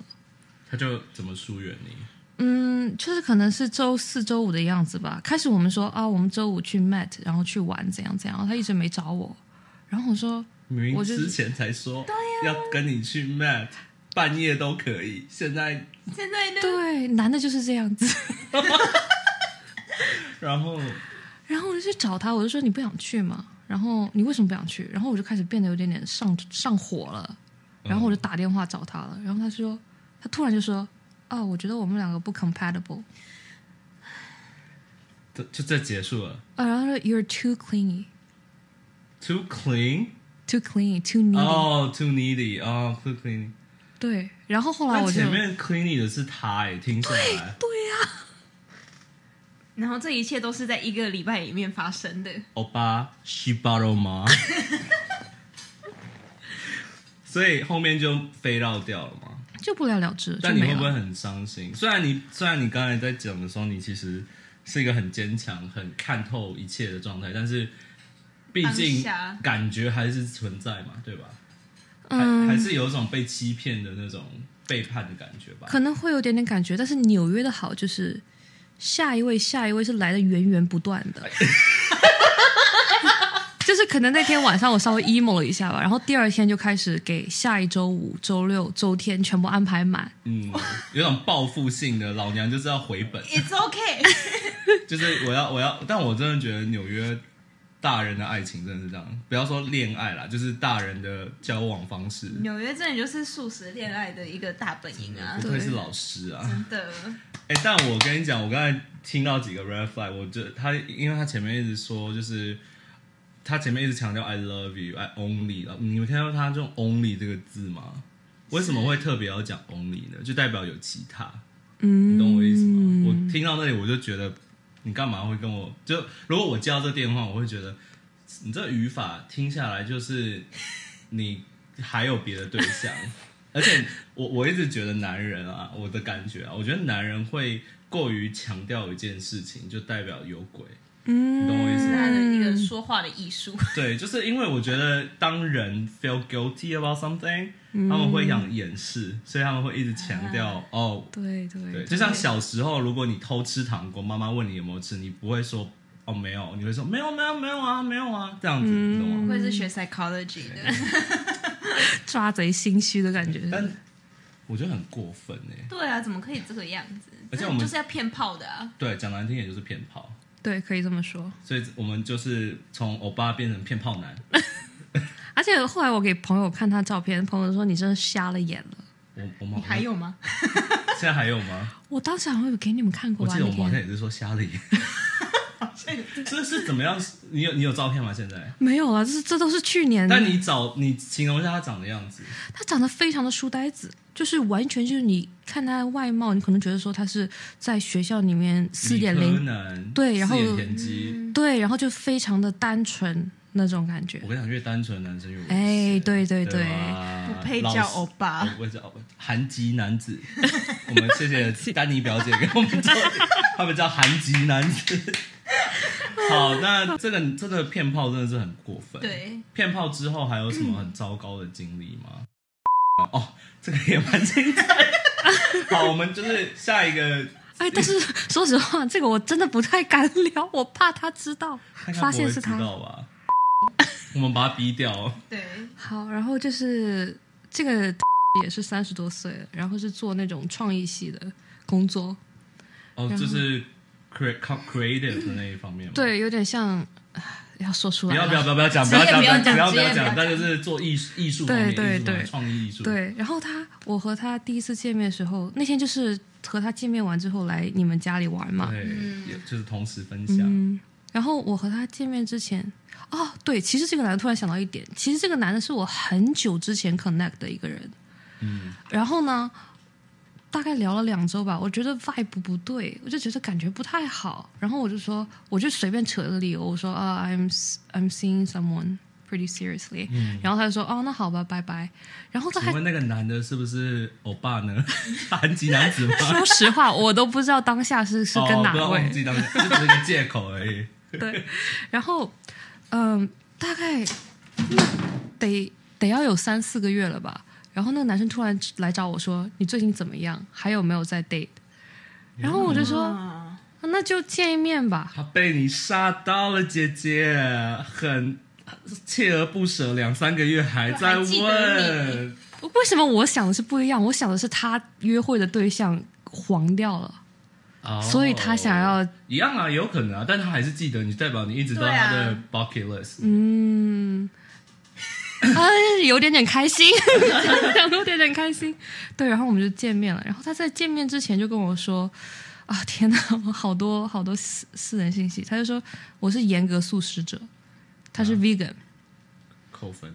Speaker 1: 他就怎么疏远你？
Speaker 3: 嗯，就是可能是周四周五的样子吧。开始我们说啊，我们周五去 Met，然后去玩怎样怎样，然后他一直没找我。然后我说，
Speaker 1: 明明
Speaker 3: 我就
Speaker 1: 之前才说要跟你去 mat，半夜都可以，现在
Speaker 2: 现在呢？
Speaker 3: 对，男的就是这样子。
Speaker 1: 然后
Speaker 3: 然后我就去找他，我就说你不想去嘛？然后你为什么不想去？然后我就开始变得有点点上上火了。然
Speaker 1: 嗯
Speaker 3: 后我就打电话找他了，然后他说，他突然就说，啊，我觉得我们两个不 compatible。
Speaker 1: 就就这结束了。
Speaker 3: 啊，然后他说 you're too clingy，too
Speaker 1: Too clean，
Speaker 3: clingy，too needy。
Speaker 1: 哦、t o o needy，哦、t o o clean。
Speaker 3: 对，然后后来
Speaker 1: 那
Speaker 3: 我就
Speaker 1: 前面 clean 的是他哎，听起来
Speaker 3: 对呀、
Speaker 2: 然后这一切都是在一个礼拜里面发生的。
Speaker 1: 欧巴西巴肉 吗？所以后面就飞绕掉了嘛。
Speaker 3: 就不了了之，就
Speaker 1: 但你
Speaker 3: 没
Speaker 1: 会
Speaker 3: 了。
Speaker 1: 不会很伤心？虽然你虽然你刚才在讲的时候，你其实是一个很坚强、很看透一切的状态，但是毕
Speaker 2: 当
Speaker 1: 竟
Speaker 2: 下
Speaker 1: 感觉还是存在嘛，对吧？
Speaker 3: 嗯
Speaker 1: 还还是有一种被欺骗的那种背叛的感觉吧。
Speaker 3: 可能会有点点感觉，但是纽约的好就是下一位，下一位是来的源源不断的。 就是可能那天晚上我稍微 emo 了一下吧，然后第二天就开始给下一周五、周六、周天全部安排满。
Speaker 1: 嗯，有种报复性的，老娘就是要回 本，
Speaker 2: It's okay，
Speaker 1: 就是我要我要。但我真的觉得纽约大人的爱情真的是这样，不要说恋爱啦，就是大人的交往方式，
Speaker 2: 纽约真的就是素食恋爱的一个大本营嗯啊，
Speaker 1: 不愧是老师啊。
Speaker 2: 真的。
Speaker 1: 哎、但我跟你讲，我刚才听到几个 red flag，我觉得他，因为他前面一直说，就是他前面一直强调 I love you，I only 了。你们看到他这种 only 这个字吗？为什么会特别要讲 only 呢？就代表有其他，
Speaker 3: 嗯，
Speaker 1: 你懂我意思吗？我听到那里我就觉得，你干嘛会跟我？就如果我接到这电话，我会觉得你这语法听下来就是你还有别的对象，而且我我一直觉得男人啊，我的感觉啊，我觉得男人会过于强调一件事情，就代表有鬼。
Speaker 3: 嗯，
Speaker 1: 你懂我意思
Speaker 2: 是
Speaker 1: 吗
Speaker 2: 他的一个说话的艺术，
Speaker 1: 对，就是因为我觉得当人 feel guilty about something，、他们会想掩饰，所以他们会一直强调、哦，
Speaker 3: 对对
Speaker 1: 对，就像小时候，如果你偷吃糖果，妈妈问你有没有吃，你不会说哦没有，你会说没有没有没有啊没有啊这样子，你懂
Speaker 2: 不
Speaker 1: 吗？
Speaker 2: 愧是学 psychology
Speaker 1: 嗯
Speaker 2: 的。
Speaker 3: 抓贼心虚的感觉。
Speaker 1: 但我觉得很过分哎，
Speaker 2: 对啊，怎么可以这个样子？
Speaker 1: 而且我们
Speaker 2: 就是要骗炮的啊！
Speaker 1: 对，讲难听点就是骗炮，
Speaker 3: 对，可以这么说。
Speaker 1: 所以我们就是从欧巴变成骗炮男。
Speaker 3: 而且后来我给朋友看他照片，朋友说你真的瞎了眼了。
Speaker 1: 我我们
Speaker 2: 你还有吗？
Speaker 1: 现在还有吗？
Speaker 3: 我当时好像有给你们看过
Speaker 1: 我
Speaker 3: 吧？
Speaker 1: 记得我
Speaker 3: 那
Speaker 1: 们好像
Speaker 3: 天
Speaker 1: 也是说瞎了眼，哎，这是怎么样？你有你有照片吗？现在？
Speaker 3: 没有啊，这是这都是去年的。
Speaker 1: 但你找你形容一下他长的样子，
Speaker 3: 他长得非常的书呆子，就是完全就是你看他的外貌，你可能觉得说他是在学校里面四点
Speaker 1: 理科
Speaker 3: 零，
Speaker 1: 男，
Speaker 3: 对然后嗯
Speaker 1: 四眼田鸡。
Speaker 3: 对，然后就非常的单纯那种感觉
Speaker 1: 我。跟你讲，越单纯的男生越危险
Speaker 3: 哎，对
Speaker 1: 对
Speaker 3: 对对，
Speaker 1: 吧，
Speaker 2: 不配叫欧
Speaker 1: 啊老
Speaker 2: 巴
Speaker 1: 师。。我哦叫韩籍男子， 我们谢谢丹妮表姐给我们做，他们叫韩籍男子。好，那这个这个骗炮真的是很过分。，
Speaker 2: 对，
Speaker 1: 骗炮之后还有什么很糟糕的经历吗？哦，这个也蛮精彩的。好，我们就是下一个
Speaker 3: 哎，但 是说实话，这个我真的不太敢聊，我怕他知道
Speaker 1: 看，看
Speaker 3: 发现
Speaker 1: 不会
Speaker 3: 是
Speaker 1: 知
Speaker 3: 他。
Speaker 1: 道吧？我们把它逼掉。
Speaker 2: 对，
Speaker 3: 好，然后就是这个也是三十多岁了，然后是做那种创意系的工作，
Speaker 1: 哦，就是 cre creative 的那一方面嘛。，
Speaker 3: 对，有点像，唉要说出
Speaker 1: 不
Speaker 3: 来
Speaker 1: 要
Speaker 3: 了
Speaker 1: 不要不要不要讲，
Speaker 2: 职
Speaker 1: 要
Speaker 2: 业
Speaker 1: 讲，
Speaker 2: 不
Speaker 1: 不
Speaker 2: 要讲
Speaker 1: 要
Speaker 2: 职
Speaker 1: 不
Speaker 2: 业
Speaker 1: 要
Speaker 2: 不要
Speaker 1: 但
Speaker 2: 讲
Speaker 1: 就是做艺术艺术方面，艺
Speaker 3: 对对
Speaker 1: 术方面
Speaker 3: 对
Speaker 1: 创意艺术。
Speaker 3: 对，然后他，我和他第一次见面的时候，那天就是和他见面完之后来你们家里玩嘛。
Speaker 1: 对，
Speaker 2: 嗯
Speaker 1: 也就是同时分享。
Speaker 3: 嗯，然后我和他见面之前，哦，对，其实这个男的突然想到一点，其实这个男的是我很久之前 connect 的一个人。
Speaker 1: 嗯，
Speaker 3: 然后呢，大概聊了两周吧，我觉得 vibe 不对，我就觉得感觉不太好。然后我就说，我就随便扯了理由，我说啊、i m I'm seeing someone pretty seriously、然
Speaker 1: 嗯
Speaker 3: 后他就说，哦，那好吧，拜拜。然后他还
Speaker 1: 请问那个男的是不是欧巴呢？韩籍男子吗？
Speaker 3: 说实话，我都不知道当下是是跟
Speaker 1: 哦
Speaker 3: 哪
Speaker 1: 不要
Speaker 3: 位
Speaker 1: 忘。记当时，这只是个借口而已。
Speaker 3: 对，然后，嗯，大概那得得要有三四个月了吧。然后那个男生突然来找我说：“你最近怎么样？还有没有在 date？” 然后我就说：“
Speaker 1: 嗯
Speaker 2: 啊，
Speaker 3: 那就见一面吧。
Speaker 1: 他被你杀到了，姐姐，很锲而不舍，两三个月还在
Speaker 2: 还记得
Speaker 1: 问。”
Speaker 3: 为什么我想的是不一样？我想的是他约会的对象黄掉了，
Speaker 1: 哦
Speaker 3: 所以他想要
Speaker 1: 一样啊，有可能啊，但他还是记得你，代表你一直都在
Speaker 2: 对
Speaker 1: 他
Speaker 2: 啊
Speaker 1: 的 bucket list。
Speaker 3: 嗯， 哎，有点点开心， 讲得有点点开心。对，然后我们就见面了。然后他在见面之前就跟我说：“啊，天哪，我好多好多私私人信息。”他就说我是严格素食者，他是 vegan。
Speaker 1: 扣分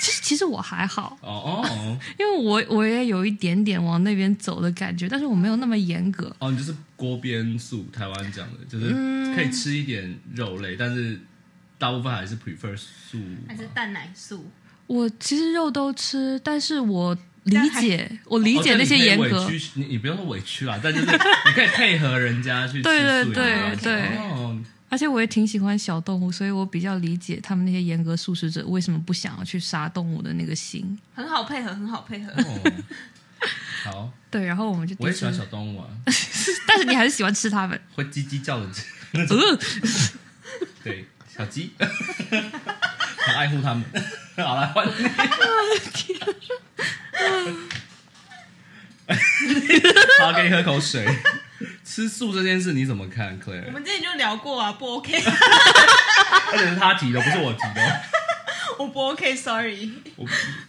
Speaker 3: 其实其实我还好，
Speaker 1: 哦哦
Speaker 3: 因为我我也有一点点往那边走的感觉，但是我没有那么严格。
Speaker 1: 哦，你就是锅边素，台湾讲的，就是
Speaker 3: 嗯
Speaker 1: 可以吃一点肉类，但是大部分还是 prefer 素哦嘛。
Speaker 2: 还是蛋奶素。
Speaker 3: 我其实肉都吃，但是我理
Speaker 2: 但还
Speaker 3: 解我理解那些严格。
Speaker 1: 哦但你可以委屈你你不用说委屈啦，但就是你可以配合人家去吃素也
Speaker 3: 对对
Speaker 1: 没关系
Speaker 3: 对对
Speaker 1: 哦，
Speaker 3: 而且我也挺喜欢小动物，所以我比较理解他们那些严格素食者为什么不想要去杀动物的那个心。
Speaker 2: 很好配合，很好配合。
Speaker 1: 哦好，
Speaker 3: 对，然后我们就
Speaker 1: 我也喜欢小动物啊，
Speaker 3: 但是你还是喜欢吃它 们。
Speaker 1: 会叽叽叫的，
Speaker 3: 呃，
Speaker 1: 对，小鸡，很爱护它们。好了，换你。好，给你喝口水。吃素这件事你怎么看
Speaker 2: 我
Speaker 1: ，Claire？
Speaker 2: 们之前就聊过啊，不 OK，
Speaker 1: 而且是他提的，不是我提的哦。
Speaker 2: 我不 OK，sorry。
Speaker 1: 我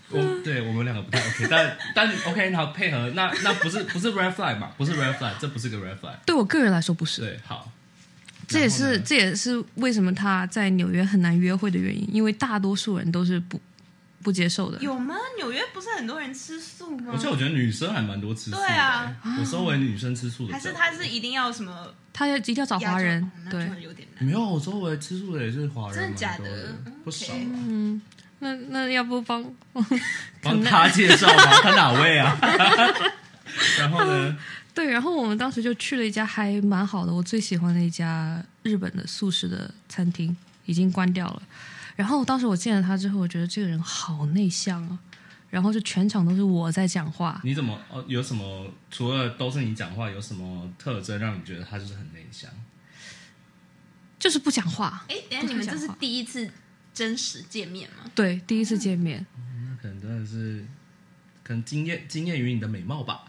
Speaker 1: 我对我们两个不太 OK，但但 OK 好配合，那那不是不是 red flag 嘛，不是 red flag，这不是个 red flag。
Speaker 3: 对我个人来说不是，
Speaker 1: 对，好，
Speaker 3: 这也
Speaker 1: 然后
Speaker 3: 是
Speaker 1: 呢
Speaker 3: 这也是为什么他在纽约很难约会的原因，因为大多数人都是不不接受的。
Speaker 2: 有吗？纽约不是很多人吃素吗
Speaker 1: 而？且我觉得女生还蛮多吃素的，欸
Speaker 2: 对啊
Speaker 1: 我周围女生吃素的
Speaker 2: 还
Speaker 1: 比较
Speaker 2: 是
Speaker 1: 多，
Speaker 2: 他是一定要什么
Speaker 3: 他要一定要找
Speaker 2: 亚洲
Speaker 3: 华人
Speaker 2: 哦，那
Speaker 3: 对
Speaker 2: 就，有点难。
Speaker 1: 没有，我周围吃素的也是华人，
Speaker 2: 真的假
Speaker 1: 蛮多的
Speaker 2: 的？嗯
Speaker 1: 不少
Speaker 2: OK
Speaker 1: 啊。
Speaker 3: 嗯，那那要不帮
Speaker 1: 帮他介绍吧，他哪位 啊？然后呢？
Speaker 3: 对，然后我们当时就去了一家还蛮好的，我最喜欢的一家日本的素食的餐厅，已经关掉了。然后当时我见了他之后，我觉得这个人好内向啊，然后就全场都是我在讲话。
Speaker 1: 你怎么哦？有什么除了都是你讲话，有什么特征让你觉得他就是很内向？
Speaker 3: 就是不讲话。
Speaker 2: 哎，等一
Speaker 3: 不
Speaker 2: 下
Speaker 3: 太
Speaker 2: 你们
Speaker 3: 讲
Speaker 2: 这是
Speaker 3: 话
Speaker 2: 第一次真实见面吗？
Speaker 3: 对，第一次见面，
Speaker 1: 那可能真的是，可能惊艳惊艳于你的美貌吧。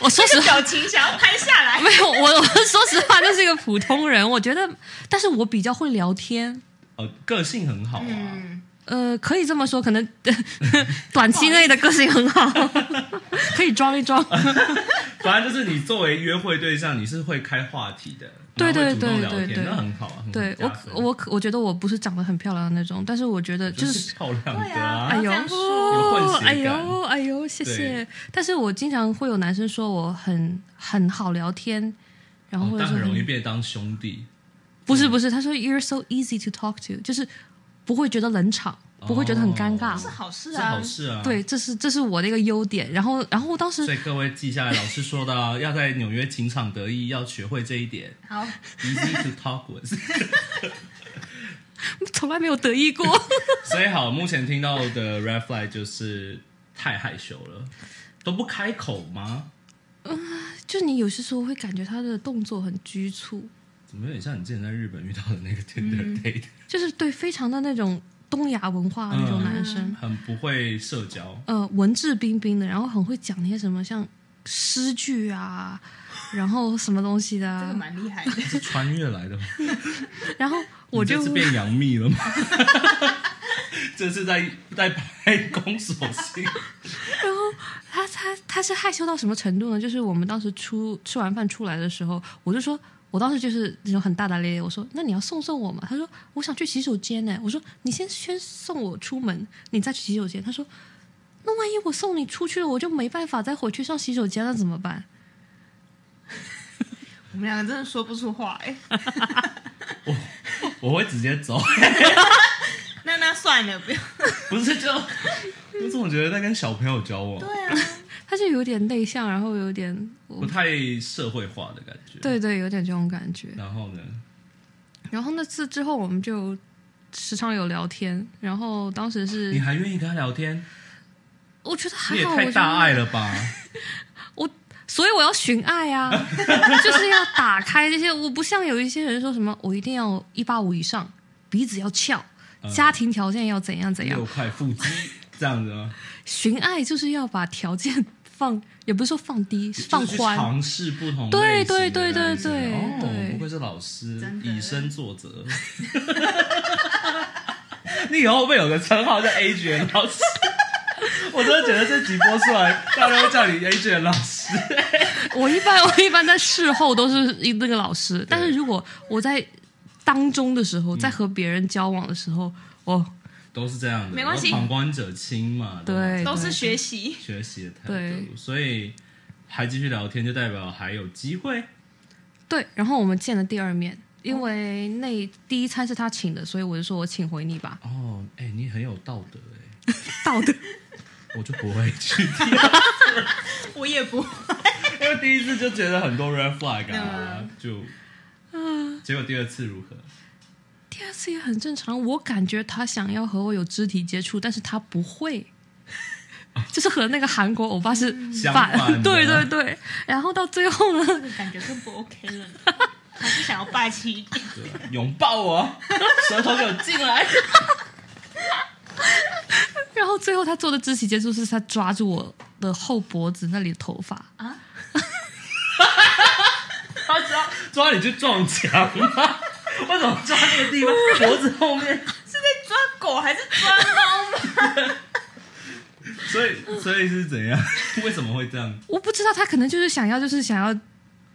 Speaker 3: 我说实
Speaker 2: 这
Speaker 3: 话，
Speaker 2: 表情想要拍 下来。
Speaker 3: 没有我，我说实话就是一个普通人。我觉得，但是我比较会聊天，
Speaker 1: 哦呃，个性很好啊，
Speaker 2: 嗯，
Speaker 3: 呃，可以这么说，可能 短期内的个性很好， 可以装一装。
Speaker 1: 反正就是你作为约会对象，你是会开话题的，
Speaker 3: 对
Speaker 1: 然后会
Speaker 3: 对
Speaker 1: 主动
Speaker 3: 对
Speaker 1: 聊
Speaker 3: 对
Speaker 1: 天，
Speaker 3: 对
Speaker 1: 那很好啊。很
Speaker 3: 对
Speaker 1: 加
Speaker 3: 我
Speaker 1: 分
Speaker 3: 可，我可我觉得我不是长得很漂亮的那种，但是我觉得就是是。
Speaker 1: 漂亮的
Speaker 2: 对啊
Speaker 3: 哎
Speaker 2: 不要
Speaker 3: 呦
Speaker 2: 这样说
Speaker 1: 有混，血
Speaker 3: 哎
Speaker 1: 感
Speaker 3: 呦，哎呦，谢谢
Speaker 1: 对。
Speaker 3: 但是我经常会有男生说我很很好聊天，然后
Speaker 1: 哦
Speaker 3: 或者
Speaker 1: 但
Speaker 3: 说
Speaker 1: 很容易嗯
Speaker 3: 很
Speaker 1: 被当兄弟，
Speaker 3: 不是不是，他说 you're so easy to talk to，就是不会觉得冷场，不会觉得很尴尬。
Speaker 1: 哦
Speaker 2: 是好事
Speaker 1: 是
Speaker 2: 啊
Speaker 1: 好，事啊。
Speaker 3: 对，这是这是我的一个优点。然后然后我当时
Speaker 1: 所以各位记下来，老师说的啊，要在纽约情场得意，要学会这一点。
Speaker 2: 好
Speaker 1: Easy to talk with。
Speaker 3: 从来没有得意过。
Speaker 1: 所以好，目前听到的 red flag 就是太害羞了，都不开口吗？
Speaker 3: 就你有些时候会感觉他的动作很拘促，
Speaker 1: 怎么有点像你之前在日本遇到的那个
Speaker 3: 嗯
Speaker 1: Tinder date，、
Speaker 3: 就是对非常的那种东亚文化那
Speaker 1: 嗯
Speaker 3: 种男生，
Speaker 1: 很不会社交，
Speaker 3: 呃，文质彬彬的，然后很会讲那些什么像诗句啊，然后什么东西的
Speaker 2: 这个
Speaker 3: 啊，
Speaker 2: 蛮厉 害的。
Speaker 1: 是穿越来的吗？
Speaker 3: 然后我
Speaker 1: 你
Speaker 3: 就
Speaker 1: 这次变杨幂了吗？ 这是在在拍攻守戏，
Speaker 3: 他他他是害羞到什么程度呢？就是我们当时出吃完饭出来的时候，我就说。我当时就是那种很大大咧咧，我说那你要送送我嘛？他说我想去洗手间呢。我说你先先送我出门，你再去洗手间。他说那万一我送你出去了，我就没办法再回去上洗手间了，怎么办？
Speaker 2: 我们两个真的说不出话哎、
Speaker 1: 我会直接走。
Speaker 2: 那那算了，不要。
Speaker 1: 不是就， 我总觉得在跟小朋友交往，
Speaker 2: 对啊，
Speaker 3: 他就有点内向，然后有点我
Speaker 1: 不太社会化的感觉。，
Speaker 3: 对对，有点这种感觉。
Speaker 1: 然后呢，
Speaker 3: 然后那次之后，我们就时常有聊天。然后当时
Speaker 1: 你
Speaker 3: 是，
Speaker 1: 还愿意跟他聊天？
Speaker 3: 我觉得还
Speaker 1: 你也
Speaker 3: 好，
Speaker 1: 太大
Speaker 3: 我
Speaker 1: 爱
Speaker 3: 觉得
Speaker 1: 了吧！
Speaker 3: 所以我要寻 爱啊，就是要打开这些。我不像有一些人说什么，我一定要一八五以上，鼻子要翘，
Speaker 1: 嗯
Speaker 3: 家庭条件要怎样 怎样
Speaker 1: 六。块腹肌这样子啊 吗？
Speaker 3: 寻爱就是要把条件放，也不是说放低，是放
Speaker 1: 就是去
Speaker 3: 宽。
Speaker 1: 尝试不同
Speaker 3: 对
Speaker 1: 类型的
Speaker 3: 对对对
Speaker 1: 男生
Speaker 3: 对
Speaker 1: 哦
Speaker 3: 对
Speaker 1: 不愧是老师
Speaker 2: 真，的
Speaker 1: 以身作则。 你以后会不会有个称号叫 A 卷老师？ 我真的觉得这集播出来，大家都叫你 A 卷老师。
Speaker 3: 我一般 我一般在事后都是一那个老师，但是如果我在当中的时
Speaker 1: 嗯
Speaker 3: 候，在和别人交往的时候，我
Speaker 1: 都是这样的，
Speaker 2: 没关系
Speaker 1: 有旁观者清嘛，
Speaker 3: 对
Speaker 1: 吧
Speaker 2: 都是学习。
Speaker 1: 学习的态
Speaker 3: 对
Speaker 1: 度，所以还继续聊天，就代表还有机会。
Speaker 3: 对，然后我们见了第二面，因为
Speaker 2: 哦
Speaker 3: 那第一餐是他请的，所以我就说我请回你 吧，
Speaker 1: 哦，哎、你很有道德哎、
Speaker 3: 道德。
Speaker 1: 我就不会去听，
Speaker 2: 我也不，
Speaker 1: 因为第一次就觉得很多 red flag 啊，就啊，结果第二次如何？
Speaker 3: 第二次也很正常，我感觉他想要和我有肢体接触，但是他不 会。就是和那个韩国欧巴是
Speaker 1: 相
Speaker 3: 反，
Speaker 1: 反的
Speaker 3: 对对对。然后到最后呢，
Speaker 2: 感觉更不 OK 了， 还是想要霸气一点。
Speaker 1: 对 吧拥抱 我，舌头给我进来。
Speaker 3: 然后最后他做的肢体接触是他抓住我的后脖子那里的头发，
Speaker 2: 啊
Speaker 1: 他抓抓你去撞墙 吗？为什么抓那个地 方？脖子后面。
Speaker 2: 是在抓狗还是抓猫 吗？
Speaker 1: 所以所以是怎样？ 为什么会这样？
Speaker 3: 我不知道他可能就是想要就是想要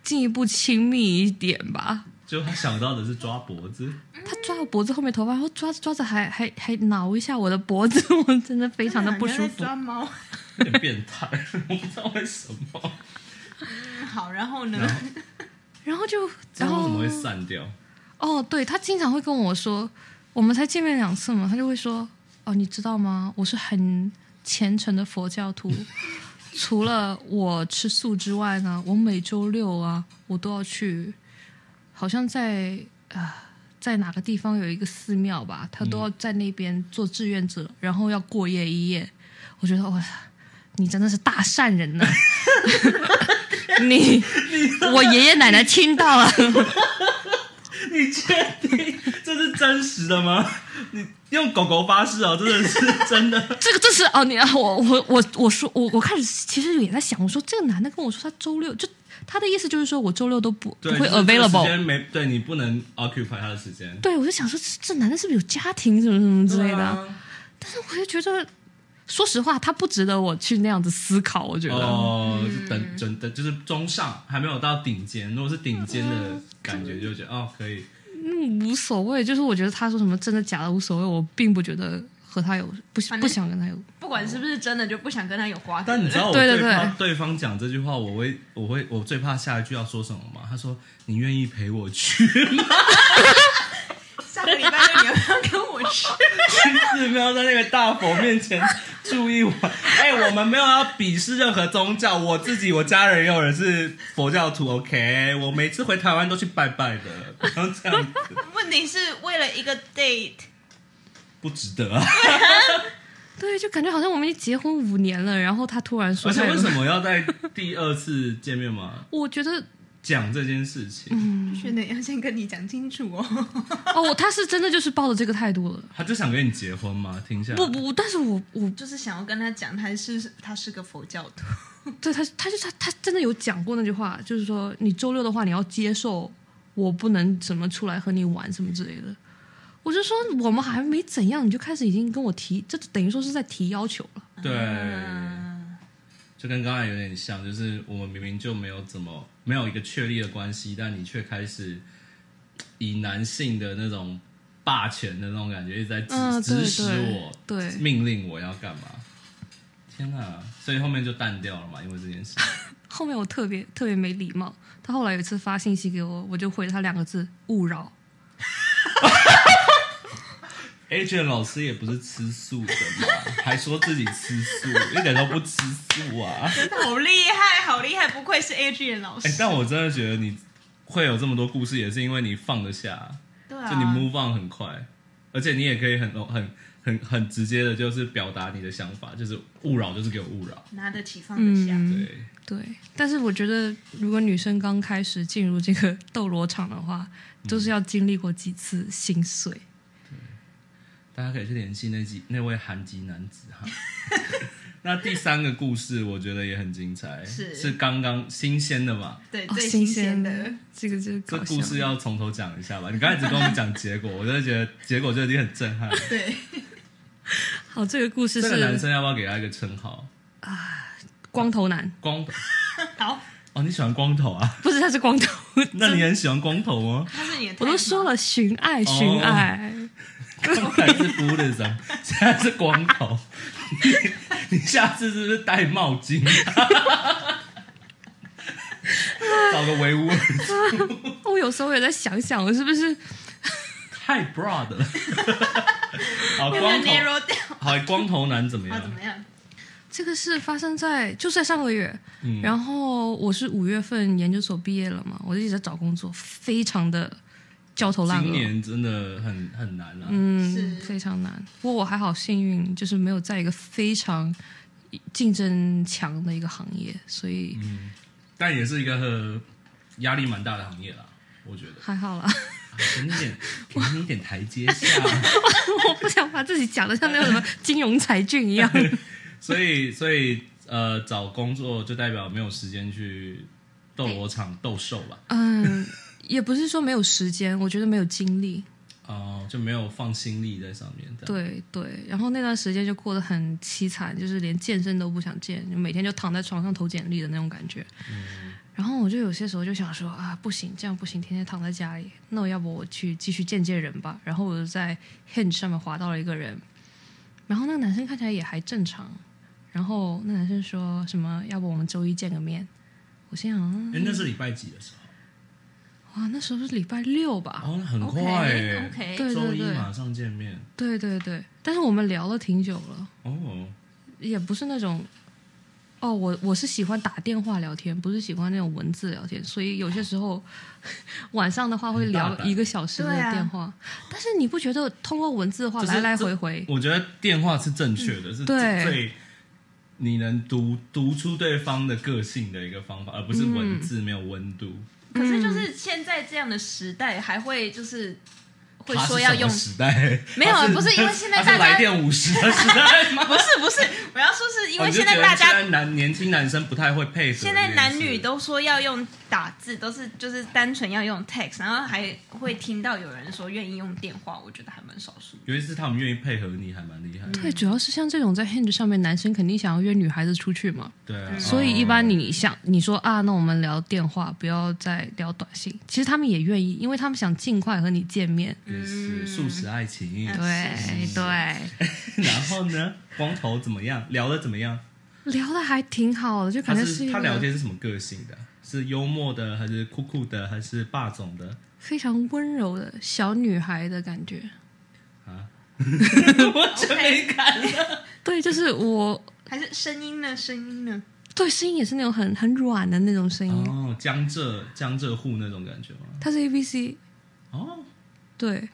Speaker 3: 进一步亲密一点吧。
Speaker 1: 就他想到的是抓脖子。
Speaker 3: 他抓我脖子后面头发，然后抓着抓着还还还挠一下我的脖子， 我真的非常的不舒
Speaker 2: 好像在
Speaker 3: 服。
Speaker 2: 抓猫。
Speaker 1: 有点变态， 我不知道为什么。
Speaker 2: 嗯好，然后呢？
Speaker 1: 然后
Speaker 3: 然后就
Speaker 1: 最
Speaker 3: 然
Speaker 1: 后
Speaker 3: 后
Speaker 1: 怎么会散掉？
Speaker 3: 哦，对他经常会跟我说，我们才见面两次嘛，他就会说哦，你知道吗？我是很虔诚的佛教徒，除了我吃素之外呢，我每周六啊，我都要去，好像在啊、在哪个地方有一个寺庙吧，他都要在那边做志愿者，然后要过夜一夜。我觉得哇、你真的是大善人呢、 你我爷爷奶奶听到了。
Speaker 1: 你确定这是真实的吗？ 你用狗狗发誓哦，真的是真的。
Speaker 3: 这个这是哦，你啊我我我我说我我开始其实也在想，我说这个男的跟我说他周六就他的意思就是说我周六都不不
Speaker 1: 对，
Speaker 3: 会
Speaker 1: 就是这个时
Speaker 3: available，
Speaker 1: 间没对你不能 occupy 他的时间
Speaker 3: 对我就想说这这男的是不是有家庭什么什么之类的啊？
Speaker 1: 对啊
Speaker 3: 但是我就觉得，说实话，它不值得我去那样子思考。我觉得，
Speaker 1: 哦，
Speaker 3: 嗯
Speaker 1: 就等等等，就是中上，还没有到顶尖。如果是顶尖的感觉，就觉得哦，可以。
Speaker 3: 嗯，无所谓。就是我觉得他说什么真的假的无所谓，我并不觉得和他有不
Speaker 2: 反正
Speaker 3: 不想跟他有。
Speaker 2: 不管是不是真的，就不想跟他有瓜葛。
Speaker 1: 但你知道我
Speaker 3: 对对
Speaker 1: 最怕对方讲这句话，我会我会我最怕下一句要说什么吗？他说：“你愿意陪我去 吗
Speaker 2: 下个礼拜六你要不要跟我 去？？”
Speaker 1: 是没有在那个大佛面前注意我。哎、我们没有要鄙视任何宗教，我自己我家人也有人是佛教徒。OK，我每次回台湾都去拜拜的，不要这样子，
Speaker 2: 问题是为了一个 date，
Speaker 1: 不值得啊。
Speaker 3: 对，就感觉好像我们已经结婚五年了，然后他突然 说
Speaker 1: 而且
Speaker 3: 他有，
Speaker 1: 为什么要在第二次见面嘛
Speaker 3: 我觉得
Speaker 1: 讲这件事情？
Speaker 2: 真的要先跟你讲清楚哦。
Speaker 3: 哦，他是真的就是抱着这个态度了。
Speaker 1: 他就想跟你结婚吗？停下来，
Speaker 3: 不不，但是我我
Speaker 2: 就是想要跟他讲，他是他是个佛教徒，
Speaker 3: 对他，他就他他真的有讲过那句话，就是说你周六的话你要接受，我不能怎么出来和你玩什么之类的。我就说我们还没怎样，你就开始已经跟我提，这等于说是在提要求了。
Speaker 1: 对，
Speaker 2: 嗯，
Speaker 1: 就跟刚才有点像，就是我们明明就没有怎么没有一个确立的关系，但你却开始以男性的那种霸权的那种感觉，一直在指、
Speaker 3: 嗯对
Speaker 1: 指使我，
Speaker 3: 对对
Speaker 1: 命令我要干嘛。天哪！所以后面就淡掉了嘛，因为这件事。
Speaker 3: 后面我特别特别没礼貌，他后来有一次发信息给我，我就回他两个字勿扰。
Speaker 1: Adrian 老师也不是吃素的嘛，还说自己吃素，一点都不吃素啊。
Speaker 2: 好厉害，好厉害，不愧是 Adrian 老师。
Speaker 1: 哎、但我真的觉得你会有这么多故事，也是因为你放得下，
Speaker 2: 对
Speaker 1: 就你
Speaker 2: 啊，
Speaker 1: move on 很快，而且你也可以很很很很直接的，就是表达你的想法，就是勿扰就是给我勿扰。
Speaker 2: 拿得起放得下，
Speaker 3: 嗯
Speaker 1: 对，
Speaker 3: 对，但是我觉得如果女生刚开始进入这个 斗罗场的话，都是要经历过几次心碎。
Speaker 1: 大家可以去联系那几那位韩籍男子哈。 那第三个故事我觉得也很精彩，
Speaker 2: 是
Speaker 1: 是刚刚新鲜的嘛？
Speaker 2: 对，
Speaker 3: 哦，
Speaker 2: 最
Speaker 3: 新
Speaker 2: 鲜
Speaker 3: 鲜
Speaker 2: 的。，
Speaker 3: 这个就是
Speaker 1: 这
Speaker 3: 搞笑
Speaker 1: 故事
Speaker 2: 啊
Speaker 1: 要从头讲一下吧。你刚才只跟我们讲结果，我就觉得结果就已经很震撼了。
Speaker 2: 对，
Speaker 3: 好，哦这个故事
Speaker 1: 这个男
Speaker 3: 是
Speaker 1: 生要不要给他一个称号？
Speaker 3: 光头男，
Speaker 1: 光头
Speaker 2: 好，
Speaker 1: 哦，你喜欢光头啊？
Speaker 3: 不是他是光头。
Speaker 1: 那你很喜欢光头哦吗？
Speaker 2: 他是你的，
Speaker 3: 我都说，了寻爱寻爱，
Speaker 1: 刚才是 Buddhism，现啊 在是光头。你你下次是不是戴帽巾？ 找个维吾尔，
Speaker 3: 哦我有时候也在想想，我是不是
Speaker 1: 太 broad 了。好，
Speaker 2: 有点
Speaker 1: 光头，
Speaker 2: narrow down，
Speaker 1: 好，光头男怎么
Speaker 2: 好
Speaker 1: 样
Speaker 2: 怎？么样？
Speaker 3: 这个是发生在就在上个月，
Speaker 1: 嗯
Speaker 3: 然后我是五月份研究所毕业了嘛，我就一直在找工作，非常的焦头烂
Speaker 1: 今
Speaker 3: 额，
Speaker 1: 年真的很很难啊。
Speaker 3: 嗯，
Speaker 2: 是
Speaker 3: 非常难。不过我还好幸运，就是没有在一个非常竞争强的一个行业，所以
Speaker 1: 但也是一个呃压力蛮大的行业啦，我觉得。
Speaker 3: 还好啦。
Speaker 1: 啊给你点，给你点台阶 下。
Speaker 3: 我不想把自己讲的像那种什么金融才俊一样。
Speaker 1: 所以，所以呃，找工作就代表没有时间去斗罗场斗兽吧？
Speaker 3: 嗯，也不是说没有时间，我觉得没有精力。
Speaker 1: 哦、就没有放心力在上面。这样，
Speaker 3: 对对，然后那段时间就过得很凄惨，就是连健身都不想健，就每天就躺在床上投简历的那种感觉。然后我就有些时候就想说啊，不行，这样不行，天天躺在家里，那我要不我去继续见见人吧。然后我就在 Hinge 上面滑到了一个人，然后那个男生看起来也还正常。然后那男生说什么，要不我们周一见个面？我心想，啊
Speaker 1: 哎、那是礼拜几的时候？
Speaker 3: 哇，那时候是礼拜六吧？
Speaker 1: 哦，那很快哎、
Speaker 2: 啊，OK，
Speaker 3: 对
Speaker 1: 周一
Speaker 3: 对
Speaker 1: 马上见面
Speaker 3: 对对对，但是我们聊了挺久了。
Speaker 1: 哦。
Speaker 3: 也不是那种，哦，我我是喜欢打电话聊天，不是喜欢那种文字聊天，所以有些时候 晚上的话会
Speaker 1: 很
Speaker 3: 聊
Speaker 1: 大胆
Speaker 3: 一个小时的
Speaker 2: 对啊
Speaker 3: 电话，但是你不觉得通过文字的话
Speaker 1: 就是
Speaker 3: 来来
Speaker 1: 这
Speaker 3: 回回，
Speaker 1: 我觉得电话是正确
Speaker 2: 嗯
Speaker 1: 的，是
Speaker 3: 对
Speaker 1: 最你能读读出对方的个性的一个方法，而不是
Speaker 2: 嗯
Speaker 1: 文字没有温度。
Speaker 3: 嗯
Speaker 2: 可是就是现在这样的时代，还会就是会说要用
Speaker 1: 它是什么时代，
Speaker 2: 没有
Speaker 1: 它是
Speaker 2: 不是因为现在
Speaker 1: 它是
Speaker 2: 大家
Speaker 1: 来电五十的时代吗？
Speaker 2: 不是不是，我要说 是因
Speaker 1: 哦
Speaker 2: 为
Speaker 1: 你就
Speaker 2: 现在
Speaker 1: 觉得
Speaker 2: 大家
Speaker 1: 现在男年轻男生不太会配合这件
Speaker 2: 现
Speaker 1: 事，
Speaker 2: 在男女都说要用打字，都是就是单纯要用 text，然后还会听到有人说愿意用电话，我觉得还蛮少数。
Speaker 1: 尤其是他们愿意配合你，还蛮厉害的。
Speaker 3: 对，主要是像这种在 Hinge 上面，男生肯定想要约女孩子出去嘛，
Speaker 1: 对啊，
Speaker 3: 所以一般
Speaker 1: 哦
Speaker 3: 你想你说啊，那我们聊电话，不要再聊短信。其实他们也愿意，因为他们想尽快和你见面。
Speaker 1: 也是素食爱情。
Speaker 2: 嗯
Speaker 3: 对对，
Speaker 1: 然后呢，光头怎么样？聊的怎么样？
Speaker 3: 聊的还挺好的，就
Speaker 1: 他
Speaker 3: 感觉
Speaker 1: 是
Speaker 3: 一
Speaker 1: 他聊
Speaker 3: 个
Speaker 1: 天是什么个性的？是幽默的，还是酷酷的，还是霸总的？
Speaker 3: 非常温柔的小女孩的感觉。
Speaker 1: 啊，
Speaker 2: 我真没感
Speaker 3: 对，就是我
Speaker 2: 还是声音呢？声音呢？
Speaker 3: 对声音也是那种很很软的那种声音。
Speaker 1: 哦，江浙江浙沪那种感觉吗？
Speaker 3: 她是 A B C，
Speaker 1: 哦，
Speaker 3: 对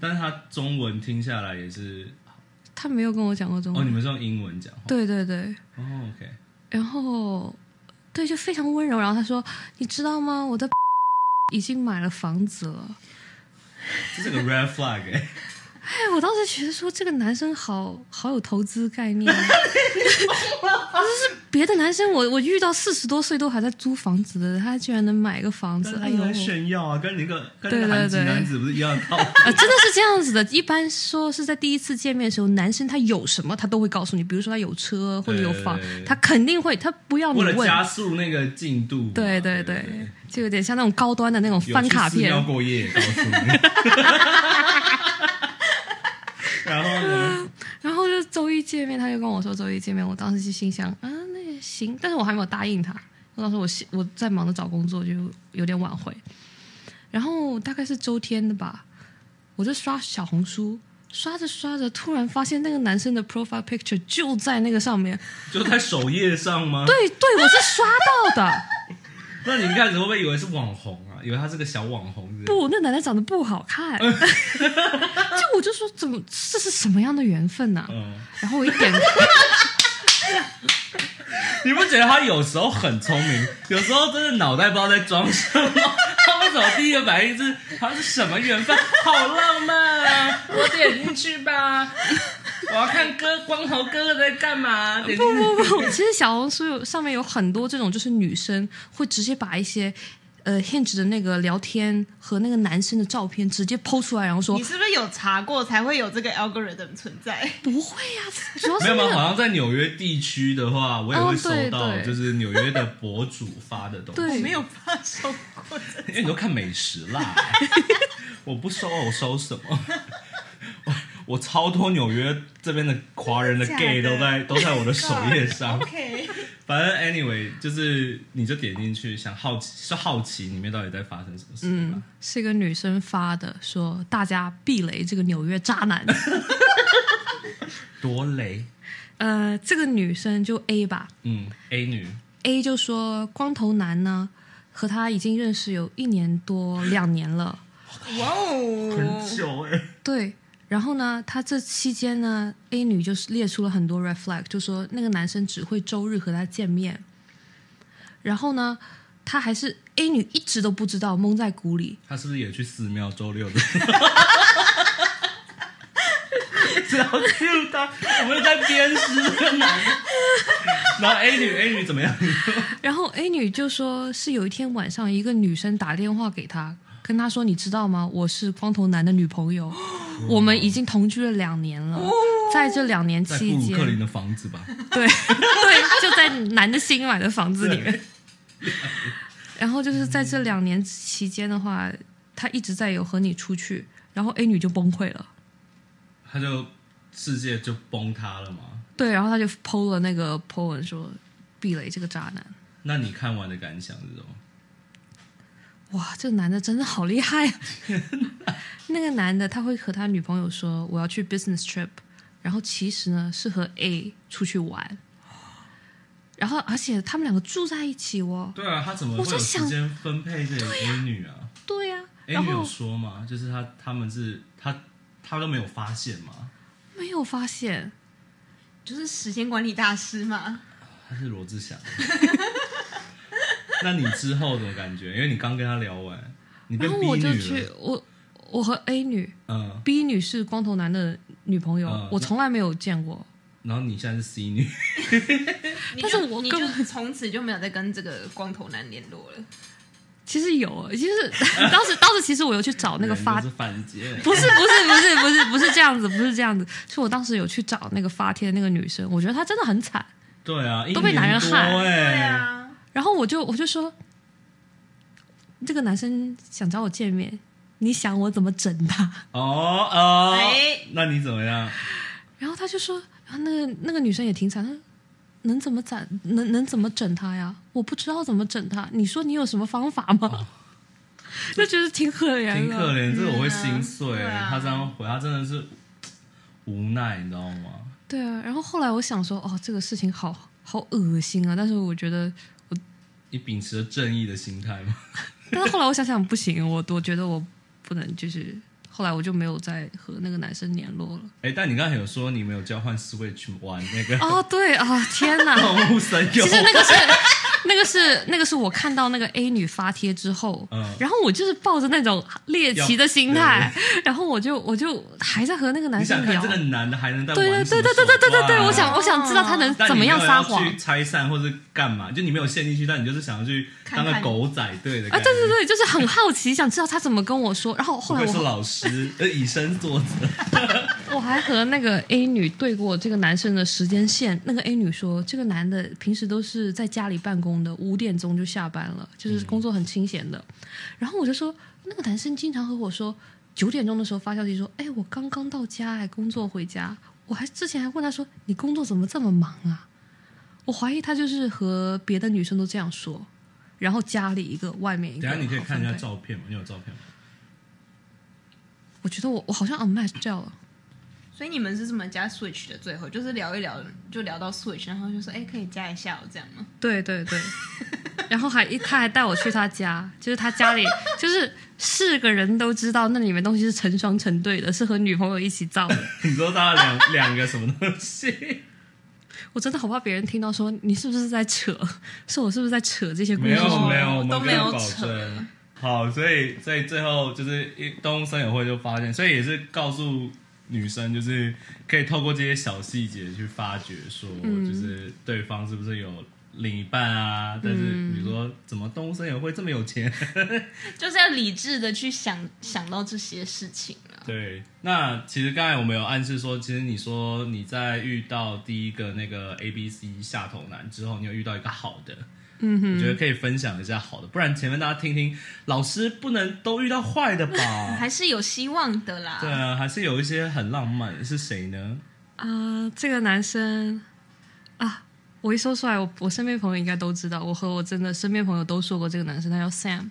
Speaker 1: 但是他中文听下来也是
Speaker 3: 她没有跟我讲过中
Speaker 1: 哦，
Speaker 3: 文。
Speaker 1: 你们是用英文讲话？
Speaker 3: 对对对，
Speaker 1: 哦，OK，
Speaker 3: 然后对就非常温柔。然后她说：“你知道吗？我在已经买了房子了。”
Speaker 1: 这 是个 red flag 哎、
Speaker 3: 哎，我当时觉得说这个男生好好有投资概念啊， 就是别的男生我我遇到四十多岁都还在租房子的，他居然能买个房
Speaker 1: 但
Speaker 3: 子
Speaker 1: 是，他
Speaker 3: 哎
Speaker 1: 又
Speaker 3: 呦，啊
Speaker 1: 在，炫耀啊，跟那个跟那
Speaker 3: 对
Speaker 1: 个
Speaker 3: 对
Speaker 1: 韩籍
Speaker 3: 对
Speaker 1: 男子不是一样的 道理？
Speaker 3: 真的是这样子的。一般说是在第一次见面的时候，男生他有什么他都会告诉你，比如说他有车或者有房
Speaker 1: 对对对，
Speaker 3: 他肯定会，他不要你
Speaker 1: 为了
Speaker 3: 问。
Speaker 1: 加速那个进度嘛，
Speaker 3: 对
Speaker 1: 对
Speaker 3: 对对，就有点像那种高端的那种
Speaker 1: 有哦
Speaker 3: 翻卡
Speaker 1: 去寺
Speaker 3: 片
Speaker 1: 庙，过夜，告诉你。 然后呢？
Speaker 3: 然后就周一见面，他就跟我说周一见面，我当时就心想啊，那也行，但是我还没有答应他。我当时我心我在忙着找工作，就有点晚回。然后大概是周天的吧，我就刷小红书，刷着刷着，突然发现那个男生的 profile picture 就在那个上面。
Speaker 1: 就在首页上吗？
Speaker 3: 对对，我是刷到的。
Speaker 1: 那你一开始会不会以为是网红啊？以为他是个小网红之类的？
Speaker 3: 不，那奶奶长得不好看。 就我就说怎么这是什么样的缘分呢、
Speaker 1: 嗯，
Speaker 3: 然后我一点
Speaker 1: 你不觉得他有时候很聪明，有时候真的脑袋不知道在装什么？他为什么第一个反应是他是什么缘分？好浪漫啊！我点进去吧，我要看哥光头哥哥在干嘛？点进去
Speaker 3: 不不不，其实小红书有上面有很多这种，就是女生会直接把一些呃 Hinge 的那个聊天和那个男生的照片直接剖出来，然后说
Speaker 2: 你是不是有查过才会有这个 algorithm 存在？
Speaker 3: 不会呀、主要
Speaker 1: 没
Speaker 3: 是
Speaker 1: 有没有，
Speaker 3: 那个
Speaker 1: 好像在纽约地区的话，我也会收
Speaker 3: 哦
Speaker 1: 到
Speaker 3: 对对
Speaker 1: 就是纽约的博主发的东西，
Speaker 3: 对
Speaker 2: 我没有发生过这
Speaker 1: 因为你都看美食啦， 我不收，我收什么？我我超多纽约这边的华人的
Speaker 2: 真的假
Speaker 1: gay
Speaker 2: 的。
Speaker 1: 都在都在我的首页上
Speaker 2: OK，
Speaker 1: 反正 anyway，就是你就点进去，想好奇是好奇里面到底在发生什么事
Speaker 2: 嗯
Speaker 1: 吧。
Speaker 3: 是一个女生发的，说大家避雷这个纽约渣男。
Speaker 1: 多雷，
Speaker 3: 呃，这个女生就 A 吧
Speaker 1: 嗯，A 女，
Speaker 3: ，A 就说光头男呢和他已经认识有一年多两年了。
Speaker 2: 哇哦，
Speaker 1: 久哎、
Speaker 3: 对，然后呢，她这期间呢，A 女就是列出了很多 red flag，就说那个男生只会周日和她见面，然后呢，她还是 A 女一直都不知道，蒙在鼓里。
Speaker 1: 他是不是也去寺庙周六的？ 只要 Q 他，我们在鞭尸这个男的。 然后 A 女 A 女怎么样？
Speaker 3: 然后 A 女就说是有一天晚上，一个女生打电话给她，跟她说，你知道吗？我是光头男的女朋友，我们已经同居了两年了，在这两年
Speaker 1: 在
Speaker 3: 期
Speaker 1: 布鲁
Speaker 3: 间，
Speaker 1: 克林的房子 吧，
Speaker 3: 对对，就在男的新买的房子里面。然后就是在这两年期间的话，他一直在有和你出去，然后 A 女就崩溃了，
Speaker 1: 他就世界就崩塌了嘛。
Speaker 3: 对，然后他就 PO 了那个 PO 文说避雷这个渣男，
Speaker 1: 那你看完的感想是什么？
Speaker 3: 哇，这个男的真的好厉害、啊。 那个男的他会和他女朋友说我要去 business trip，然后其实呢是和 A 出去玩，然后而且他们两个住在一起哦，
Speaker 1: 对啊，他怎么
Speaker 3: 我
Speaker 1: 会有
Speaker 3: 在想
Speaker 1: 时间分配给 A 女啊
Speaker 3: 对呀、
Speaker 1: ？A
Speaker 3: 然
Speaker 1: 女有
Speaker 3: 后
Speaker 1: 说嘛，就是他他们是他他都没有发现嘛，
Speaker 3: 没有发现。
Speaker 2: 就是时间管理大师嘛。
Speaker 1: 他是罗志 祥。那你之后怎么感觉？因为你刚跟他聊完，你被
Speaker 3: 然后
Speaker 1: B
Speaker 3: 我就
Speaker 1: 女
Speaker 3: 去
Speaker 1: 了，
Speaker 3: 我我和 A 女
Speaker 1: 嗯，
Speaker 3: ，B 女是光头男的女朋友，
Speaker 1: 嗯
Speaker 3: 我从来没有见过。
Speaker 1: 然后你现在是 C 女，
Speaker 2: 你
Speaker 3: 但
Speaker 2: 就是
Speaker 3: 我
Speaker 2: 你
Speaker 3: 根
Speaker 2: 就从此就没有再跟这个光头男联络了。
Speaker 3: 其实有，啊其实当时当时其实我有去找那个发
Speaker 1: 人都是反 姐，
Speaker 3: 不是不是不是不是不是这样子，不是这样子，是我当时有去找那个发帖的那个女生，我觉得她真的很惨，
Speaker 1: 对啊，
Speaker 3: 都被男人害
Speaker 1: 哎、
Speaker 2: 对啊，
Speaker 3: 然后我就我就说，这个男生想找我见面，你想我怎么整他？
Speaker 1: 哦哦，
Speaker 2: 哎
Speaker 1: 那你怎么样？
Speaker 3: 然后他就说，然后那个那个女生也挺惨，她说能怎么整能能怎么整他呀？我不知道怎么整他，你说你有什么方法吗？ 就觉得挺可怜的，
Speaker 1: 啊挺可怜，这个我会心碎。
Speaker 2: 对啊
Speaker 1: 他这样回，他真的是无奈，你知道吗？
Speaker 3: 对啊，然后后来我想说，哦，这个事情好好恶心啊！但是我觉得，
Speaker 1: 你秉持着正义的心态吗？
Speaker 3: 但是后来我想想不行，我我觉得我不能就是，后来我就没有再和那个男生联络了。
Speaker 1: 哎、但你刚才有说你没有交换 Switch 玩那个
Speaker 3: 哦，对啊、天哪！
Speaker 1: 动物神游
Speaker 3: 其，实那个是那个是那个是我看到那个 A 女发帖之后，
Speaker 1: 嗯，
Speaker 3: 然后我就是抱着那种猎奇的心态，然后我就我就还在和那个男
Speaker 1: 你想
Speaker 3: 生聊
Speaker 1: 看这。个男的还能在
Speaker 3: 对
Speaker 1: 玩
Speaker 3: 对
Speaker 1: 什么
Speaker 3: 对对对对对对
Speaker 1: 手
Speaker 3: 对，
Speaker 1: 段啊
Speaker 3: 我想我想知道他能
Speaker 1: 但你
Speaker 3: 怎么样
Speaker 1: 没有
Speaker 3: 撒
Speaker 1: 要
Speaker 3: 谎
Speaker 1: 去拆散或者干嘛？就你没有陷进去，但你就是想要去当个
Speaker 2: 看看
Speaker 1: 狗仔队的
Speaker 3: 啊！
Speaker 1: 感
Speaker 3: 对
Speaker 1: 觉。
Speaker 3: 对对，就是很好奇，想知道他怎么跟我说。然后后
Speaker 1: 不
Speaker 3: 来
Speaker 1: 愧
Speaker 3: 我
Speaker 1: 是老师，呃，以身作则。
Speaker 3: 我还和那个 A 女对过这个男生的时间线。那个 A 女说，这个男的平时都是在家里办公的，五点钟就下班了，就是工作很清闲的。然后我就说，那个男生经常和我说，九点钟的时候发消息说，哎，我刚刚到家，哎，工作回家。我还之前还问他说，你工作怎么这么忙啊？我怀疑他就是和别的女生都这样说，然后家里一个，外面一
Speaker 1: 等
Speaker 3: 个。
Speaker 1: 一下你可以
Speaker 3: 好
Speaker 1: 看一下
Speaker 3: 分配
Speaker 1: 照片吗？你有照片吗？
Speaker 3: 我觉得我我好像 unmatch 掉了。
Speaker 2: 所以你们是怎么加 Switch 的？最后就是聊一聊，就聊到 Switch，然后就说，哎，可以加一下我这样吗？
Speaker 3: 对对对， 然后还一他还带我去他家，就是他家里就是是个人都知道那里面东西是成双成对的，是和女朋友一起造的。
Speaker 1: 你说他两两个什么东西？
Speaker 3: 我真的好怕别人听到说你是不是在扯，说我是不是在扯这些故
Speaker 1: 没
Speaker 3: 事
Speaker 1: 有
Speaker 3: 什么
Speaker 1: 没
Speaker 3: 的？
Speaker 1: 有，我
Speaker 2: 都
Speaker 1: 们
Speaker 2: 没有
Speaker 1: 跟你保
Speaker 2: 扯
Speaker 1: 证。好，所以所以最后就是一东森友会就发现，所以也是告诉女生，就是可以透过这些小细节去发掘，说
Speaker 2: 嗯
Speaker 1: 就是对方是不是有另一半啊？但是
Speaker 2: 嗯
Speaker 1: 比如说怎么东森友会这么有钱？
Speaker 2: 就是要理智的去想想到这些事情啊。
Speaker 1: 对，那其实刚才我们有暗示说，其实你说你在遇到第一个那个 A B C 下头男之后，你有遇到一个好的，嗯哼，我觉得可以分享一下好的，不然前面大家听听，老师不能都遇到坏的吧？
Speaker 2: 还是有希望的啦。
Speaker 1: 对啊，还是有一些很浪漫的，是谁呢？
Speaker 3: 啊、这个男生啊，我一说出来，我我身边朋友应该都知道，我和我真的身边朋友都说过这个男生，他叫 Sam，、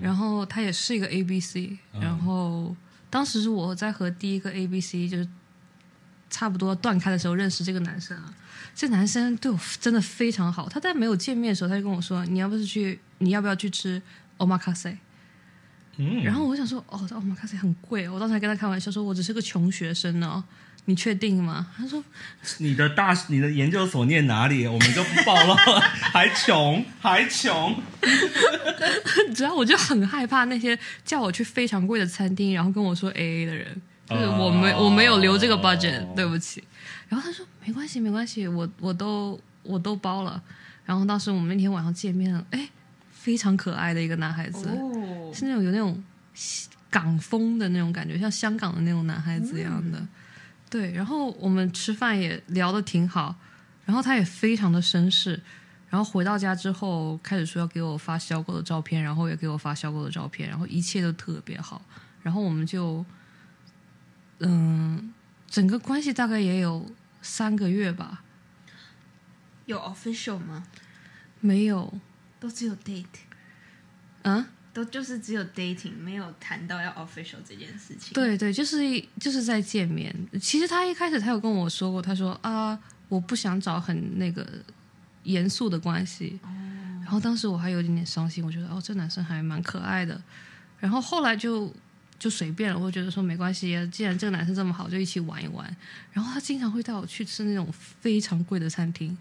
Speaker 3: 然后他也是一个 A B C，然后当时是我在和第一个 A B C 就是差不多断开的时候认识这个男生啊，这男生对我真的非常好，他在没有见面的时候他就跟我说，你要不是去，你要不要去吃 omakase？
Speaker 1: 嗯，
Speaker 3: 然后我想说，哦，这 omakase 很贵哦，我当时还跟他开玩笑说，我只是个穷学生呢、你确定吗？他说
Speaker 1: 你的大你的研究所念哪里？我们就不报了， 还穷还穷，
Speaker 3: 主要我就很害怕那些叫我去非常贵的餐厅，然后跟我说 A A 的人，就是我没、
Speaker 1: 哦
Speaker 3: 我没有留这个 budget，对不起。然后他说没关系没关系，我我都我都包了。然后当时我们那天晚上见面了，哎，非常可爱的一个男孩子，
Speaker 2: 哦，
Speaker 3: 是那种有那种港风的那种感觉，像香港的那种男孩子一样的。对，然后我们吃饭也聊得挺好，然后他也非常的绅士。然后回到家之后，开始说要给我发小狗的照片，然后也给我发小狗的照片，然后一切都特别好。然后我们就，嗯，整个关系大概也有三个月吧，
Speaker 2: 有 official 吗？
Speaker 3: 没有，
Speaker 2: 都只有 date，
Speaker 3: 嗯，
Speaker 2: 都就是只有 dating，没有谈到要 official 这件事情。，
Speaker 3: 对对，就是就是在见面。其实他一开始他有跟我说过，他说啊，我不想找很那个严肃的关系。然后当时我还有一点点伤心，我觉得哦，这男生还蛮可爱的。然后后来就就随便了，我觉得说没关系，啊既然这个男生这么好，就一起玩一玩。然后他经常会带我去吃那种非常贵的餐厅，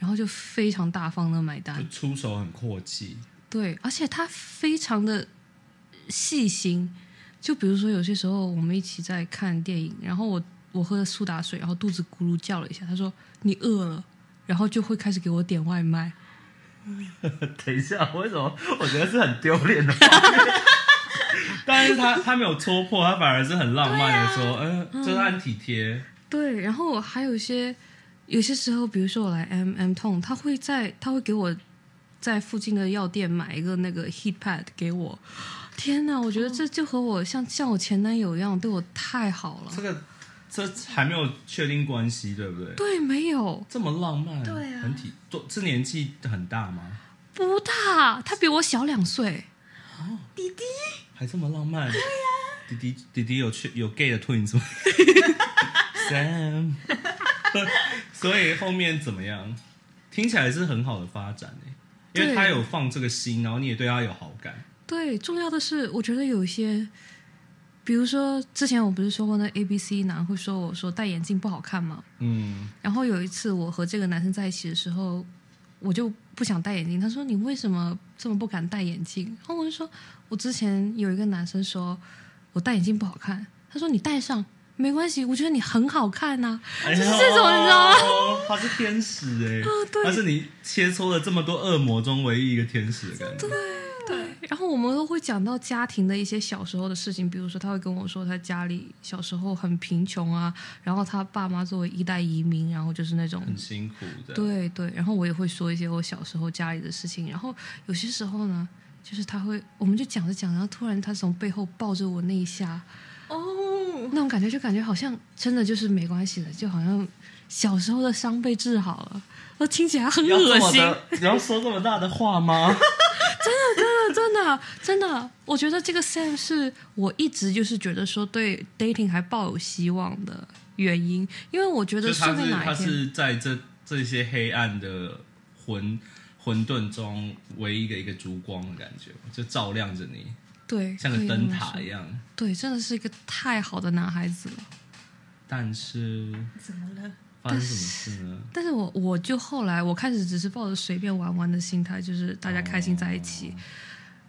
Speaker 3: 然后就非常大方的买单
Speaker 1: 就。出手很阔气，
Speaker 3: 对，而且他非常的细心，就比如说有些时候我们一起在看电影，然后我我喝了苏打水，然后肚子咕噜叫了一下，他说你饿了，然后就会开始给我点外卖。
Speaker 1: 等一下，为什么我觉得是很丢脸的？但是他他没有戳破，他反而是很浪漫的说，嗯、就是他很体贴。
Speaker 3: 对，然后还有一些有些时候，比如说我来 M M 痛，他会在他会给我在附近的药店买一个那个 heat pad 给我。天哪，我觉得这就和我像像我前男友一样，对我太好了
Speaker 1: 这。个这还没有确定关系，对不对？
Speaker 3: 对，没有
Speaker 1: 这么浪漫，
Speaker 2: 对啊
Speaker 1: 很体，做这年纪很大吗？
Speaker 3: 不大，他比我小两岁。
Speaker 2: 弟弟，
Speaker 1: 还这么浪漫？对呀、弟弟弟弟有去有 gay 的 twins 吗？Sam，所以后面怎么样？听起来是很好的发展哎、因为
Speaker 3: 对
Speaker 1: 他有放这个心，然后你也对他有好感。
Speaker 3: 对，重要的是，我觉得有一些，比如说之前我不是说过那 A B C 男会说我说戴眼镜不好看吗？
Speaker 1: 嗯，
Speaker 3: 然后有一次我和这个男生在一起的时候，我就不想戴眼镜。他说你为什么这么不敢戴眼镜？然后我就说，我之前有一个男生说我戴眼镜不好看，他说你戴上没关系，我觉得你很好看啊呐、
Speaker 1: 哎呦
Speaker 3: 就是这种你知道吗？哦
Speaker 1: 他是天使哎、
Speaker 3: 对
Speaker 1: 他是你切磋了这么多恶魔中唯一一个天使的感觉。
Speaker 3: 对，然后我们都会讲到家庭的一些小时候的事情，比如说他会跟我说他家里小时候很贫穷啊，然后他爸妈作为一代移民，然后就是那种
Speaker 1: 很辛苦的，
Speaker 3: 对对，然后我也会说一些我小时候家里的事情，然后有些时候呢，就是他会，我们就讲着讲着，然后突然他从背后抱着我那一下，
Speaker 2: 哦，
Speaker 3: 那种感觉就感觉好像真的就是没关系了，就好像小时候的伤被治好了，我听起来很
Speaker 1: 要
Speaker 3: 恶
Speaker 1: 这么
Speaker 3: 心，
Speaker 1: 的，你要说这么大的话 吗？
Speaker 3: 真的真的，我觉得这个 Sam 是我一直就是觉得说对 dating 还抱有希望的原因，因为我觉
Speaker 1: 就
Speaker 3: 得说
Speaker 1: 他
Speaker 3: 不
Speaker 1: 是
Speaker 3: 定哪
Speaker 1: 他
Speaker 3: 一天。
Speaker 1: 是在这这些黑暗的混混沌中唯一的一个烛光的感觉，就照亮着你，
Speaker 3: 对，
Speaker 1: 像
Speaker 3: 可
Speaker 1: 个
Speaker 3: 以这
Speaker 1: 灯
Speaker 3: 么
Speaker 1: 塔
Speaker 3: 说
Speaker 1: 一。样。
Speaker 3: 对，真的是一个太好的男孩子了。
Speaker 1: 但是
Speaker 2: 怎么了？
Speaker 1: 发生什么事呢？
Speaker 3: 但是我我就后来我开始只是抱着随便玩玩的心态，就是大家开心在一起。
Speaker 1: 哦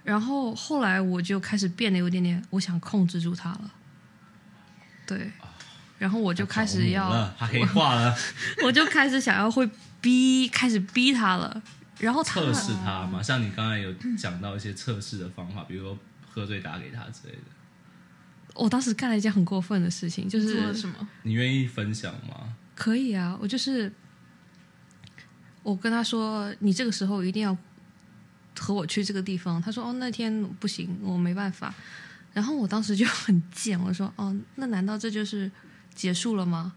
Speaker 3: 然后后来我就开始变得有点点，我想控制住他了。对，然后我就开始
Speaker 1: 着魔
Speaker 3: 要
Speaker 1: 了，，他黑化了，
Speaker 3: 我就开始想要会逼，开始逼他了。然后他
Speaker 1: 测试他
Speaker 3: 嗯
Speaker 1: 嘛，像你刚才有讲到一些测试的方法，比如说喝醉打给他之类的，
Speaker 3: 我当时干了一件很过分的事情，就
Speaker 2: 做了
Speaker 3: 是
Speaker 2: 什么？
Speaker 1: 你愿意分享吗？
Speaker 3: 可以啊，我就是我跟他说，你这个时候一定要和我去这个地方。他说哦，那天不行，我没办法。然后我当时就很贱，我说哦，那难道这就是结束了吗？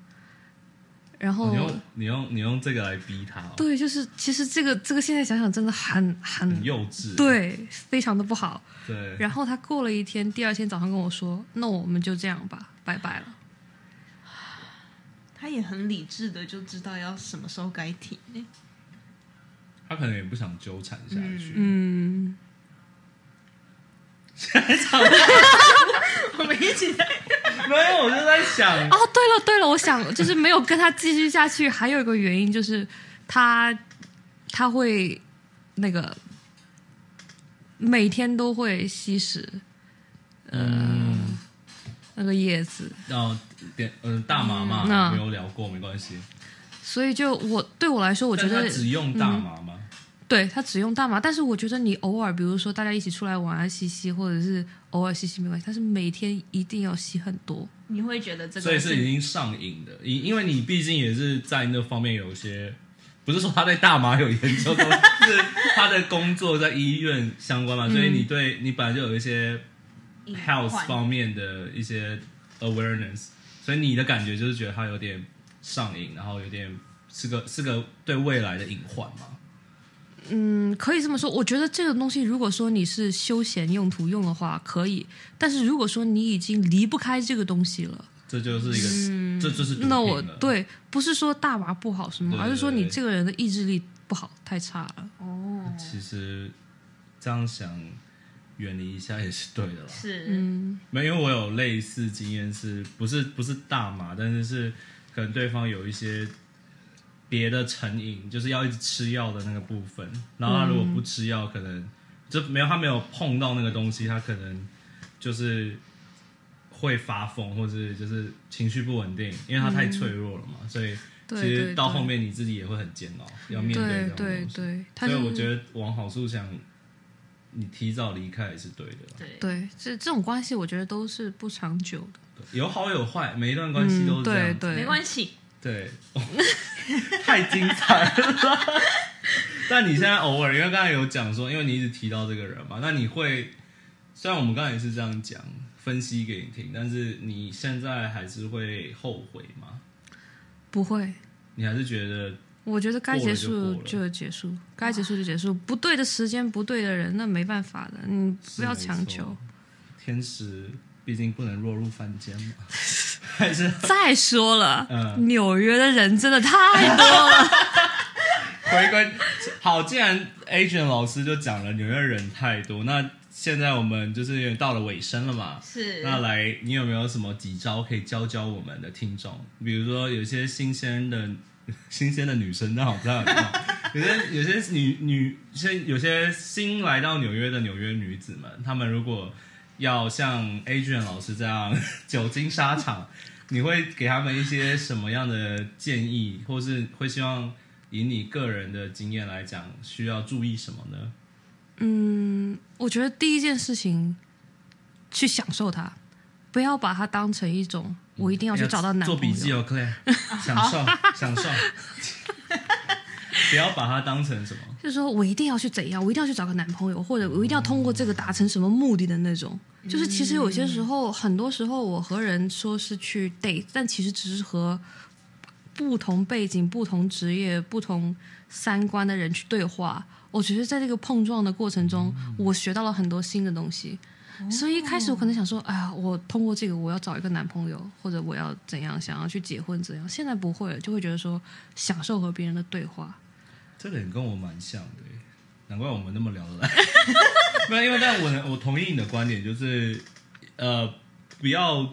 Speaker 3: 然后
Speaker 1: 哦你用你用你用这个来逼他、哦，
Speaker 3: 哦对，就是其实这个这个现在想想真的很很
Speaker 1: 很幼稚，
Speaker 3: 对，非常的不好。
Speaker 1: 对，
Speaker 3: 然后他过了一天，第二天早上跟我说，那我们就这样吧，拜拜了。
Speaker 2: 他也很理智的，就知道要什么时候该停。
Speaker 1: 他可能也不想纠缠下去。
Speaker 3: 嗯。
Speaker 2: 我们一起在
Speaker 1: 没有，我就在想，
Speaker 3: 哦，对了对了，我想 就是没有跟他继续下去，还有一个原因就是他他会那个每天都会吸食
Speaker 1: 嗯，
Speaker 3: 那个叶子，
Speaker 1: 哦，点，嗯，大麻嘛，
Speaker 3: 嗯那
Speaker 1: 没有聊过，没关系。
Speaker 3: 所以就我对我来说，我觉
Speaker 1: 但
Speaker 3: 得嗯
Speaker 1: 他只用大麻嘛，
Speaker 3: 对他只用大麻，但是我觉得你偶尔，比如说大家一起出来玩啊，吸吸，或者是偶尔吸吸没关系，但是每天一定要吸很多。
Speaker 2: 你会觉得这
Speaker 1: 所以
Speaker 2: 个
Speaker 1: 是已经上瘾的。因因为你毕竟也是在那方面有一些，不是说他对大麻有研究， 都是他的工作在医院相
Speaker 3: 嗯
Speaker 1: 关嘛，所以你对你本来就有一些
Speaker 2: 隐
Speaker 1: health
Speaker 2: 患
Speaker 1: 方面的一些 awareness，所以你的感觉就是觉得他有点上瘾，然后有点是个是个对未来的隐患嘛。
Speaker 3: 嗯，可以这么说。我觉得这个东西，如果说你是休闲用途用的话，可以；但是如果说你已经离不开这个东西了，
Speaker 1: 这就是一个，这就是毒品
Speaker 3: 嗯那我
Speaker 1: 了
Speaker 3: 对不是说大麻不好什么，
Speaker 1: 对
Speaker 3: 而是说你
Speaker 1: 对
Speaker 3: 这个人的意志力不好，太差了。
Speaker 2: 哦，
Speaker 1: 其实这样想，远离一下也是对的啦。
Speaker 2: 是
Speaker 3: 嗯，
Speaker 1: 没有，因为我有类似经验是，不是不是大麻，但是是可能对方有一些别的成瘾，就是要一直吃药的那个部分。然后他如果不吃药，可能就没有他没有碰到那个东西，他可能就是会发疯，或是就是情绪不稳定，因为他太脆弱了嘛，所以其
Speaker 3: 对
Speaker 1: 实
Speaker 3: 对
Speaker 1: 到后面你自己也会很煎熬，要面
Speaker 3: 对
Speaker 1: 这种
Speaker 3: 对
Speaker 1: 东西。
Speaker 3: 对，他
Speaker 1: 所以
Speaker 3: 就
Speaker 1: 我觉得往好处想，你提早离开也是对的啦。
Speaker 2: 对，
Speaker 3: 对这这种关系，我觉得都是不长久的。
Speaker 1: 有好有坏，每一段关系
Speaker 3: 嗯，
Speaker 1: 都是这样
Speaker 3: 对
Speaker 1: 子。
Speaker 3: 对，
Speaker 2: 没关系，
Speaker 1: 对，哦 太精彩了。 但你现在偶尔，因为刚才有讲说，因为你一直提到这个人嘛，那你会，虽然我们刚才也是这样讲，分析给你听，但是你现在还是会后悔吗？
Speaker 3: 不会。
Speaker 1: 你还是觉得
Speaker 3: 我觉得该结束
Speaker 1: 过了就过
Speaker 3: 就结束，该结束就结束，不对的时间，不对的人，那没办法的，你不要强
Speaker 1: 是没
Speaker 3: 求
Speaker 1: 错。天使毕竟不能落入凡间嘛？ 还是
Speaker 3: 再说了，
Speaker 1: 嗯
Speaker 3: 纽约的人真的太多了，
Speaker 1: 回归好，既然 Adrian 老师就讲了纽约人太多，那现在我们就是有点到了尾声了嘛，
Speaker 2: 是
Speaker 1: 那来，你有没有什么几招可以教教我们的听众？比如说，有些新鲜的、 新鲜的女生，那我不知道有没有有些有些女女，些有些新来到纽约的纽约女子们，她们如果要像 Adrian 老师这样久经沙场，你会给他们一些什么样的建议，或是会希望以你个人的经验来讲，需要注意什么呢？
Speaker 3: 我觉得第一件事情，去享受它，不要把它当成一种我一定要去找到男
Speaker 1: 哎做
Speaker 3: 朋
Speaker 1: 笔记
Speaker 3: 友。
Speaker 1: 哦，Claire，享 受 享受，不要把它当成什么。
Speaker 3: 就是说我一定要去怎样，我一定要去找个男朋友，或者我一定要通过这个达成什么目的的那种。就是其实有些时候，很多时候我和人说是去 date，但其实只是和不同背景、不同职业、不同三观的人去对话。我觉得在这个碰撞的过程中，我学到了很多新的东西。所以一开始我可能想说，哎呀，我通过这个我要找一个男朋友，或者我要怎样，想要去结婚怎样。现在不会了，就会觉得说享受和别人的对话。
Speaker 1: 这点跟我蛮像的耶，难怪我们那么聊得来。 没有，因为但我能我同意你的观点，就是呃，不要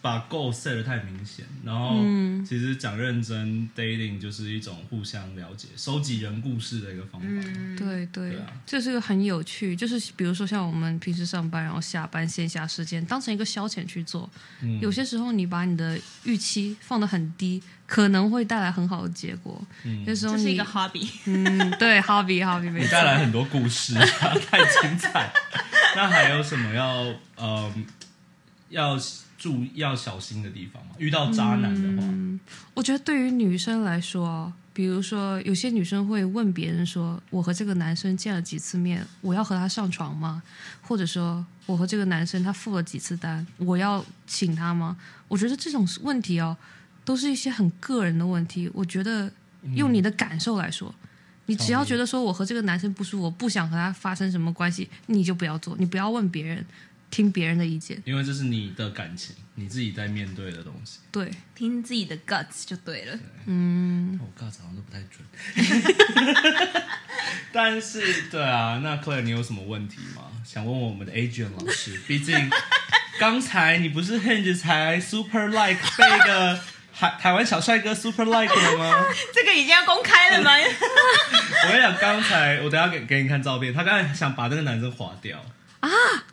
Speaker 1: 把 goal set 的太明显。然后，
Speaker 3: 嗯
Speaker 1: 其实讲认真 dating 就是一种互相了解、收集人故事的一个方法。
Speaker 3: 对对，
Speaker 1: 对啊
Speaker 3: 这是个很有趣，就是比如说像我们平时上班，然后下班线下时间当成一个消遣去做。
Speaker 1: 嗯
Speaker 3: 有些时候你把你的预期放得很低，可能会带来很好的结果。
Speaker 1: 嗯
Speaker 3: 有时候
Speaker 2: 这
Speaker 3: 你
Speaker 2: 是一个 hobby，
Speaker 3: 嗯，对，hobby hobby 没
Speaker 1: 你
Speaker 3: 错
Speaker 1: 带。来很多故事、啊，太精彩。那还有什么要呃要注意要小心的地方吗？遇到渣男的话，
Speaker 3: 我觉得对于女生来说，比如说有些女生会问别人说：“我和这个男生见了几次面，我要和他上床吗？”或者说：“我和这个男生他付了几次单，我要请他吗？”我觉得这种问题哦，都是一些很个人的问题。我觉得用你的感受来说。
Speaker 1: 嗯
Speaker 3: 你只要觉得说我和这个男生不舒服，我不想和他发生什么关系，你就不要做，你不要问别人，听别人的意见。
Speaker 1: 因为这是你的感情，你自己在面对的东西。
Speaker 3: 对，
Speaker 2: 听自己的 guts 就对了。
Speaker 1: 嗯，我靠，好像都不太准。 但是，对啊，那 Claire，你有什么问题吗？想问我们的 Adrian 老师，毕竟刚才你不是 Hinge 才 Super Like 被一个台台湾小帅哥 Super Like 了吗？
Speaker 2: 这个已经要公开了
Speaker 1: 嗯
Speaker 2: 吗？
Speaker 1: 我跟你讲，刚才我等一下给给你看照片，他刚才想把这个男生划掉，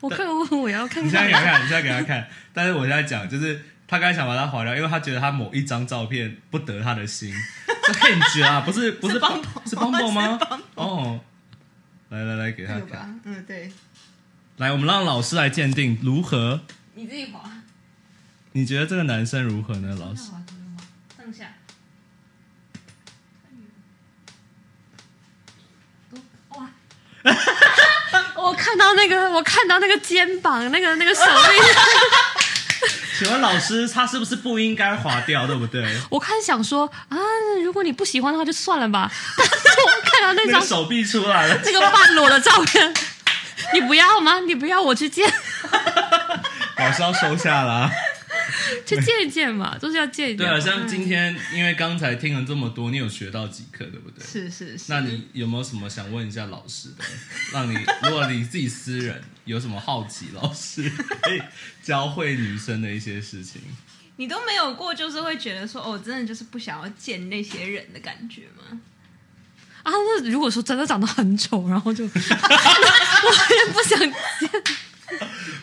Speaker 3: 我看我我要看
Speaker 1: 你现在
Speaker 3: 看
Speaker 1: 给他看，你现在给他看， 但是我现在讲就是。他刚才想把他划掉，因为他觉得他某一张照片不得他的心，是 Hinge 啊，不是不是
Speaker 2: 是
Speaker 1: Bum-
Speaker 2: Bumble，
Speaker 1: 是 Bumble 吗？哦，来来来，给他
Speaker 2: 有
Speaker 1: 看，
Speaker 2: 吧？嗯，对，
Speaker 1: 来，我们让老师来鉴定如何？
Speaker 2: 你自己滑，
Speaker 1: 你觉得这个男生如何呢？老师，
Speaker 3: 哦
Speaker 2: 上下。
Speaker 3: 我看到那个，我看到那个肩膀，那个那个手臂，
Speaker 1: 请问老师他是不是不应该划掉，对不对？
Speaker 3: 我看想说啊，如果你不喜欢的话就算了吧。 但是我看到那
Speaker 1: 那
Speaker 3: 张
Speaker 1: 个手臂出来了，
Speaker 3: 那个半裸的照片， 你不要吗？你不要我去见
Speaker 1: 老师要收下啊啦、
Speaker 3: 去见一见嘛，就是要见一
Speaker 1: 对啊，
Speaker 3: 见。
Speaker 1: 像今天，因为刚才听了这么多，你有学到几课，对不对？
Speaker 2: 是是是，
Speaker 1: 那你有没有什么想问一下老师的？让你如果你自己私人有什么好奇，老师可以教会女生的一些事情。
Speaker 2: 你都没有过，就是会觉得说，哦，真的就是不想要见那些人的感觉 吗？
Speaker 3: 啊， 那如果说真的长得很丑，然后就我也不想见。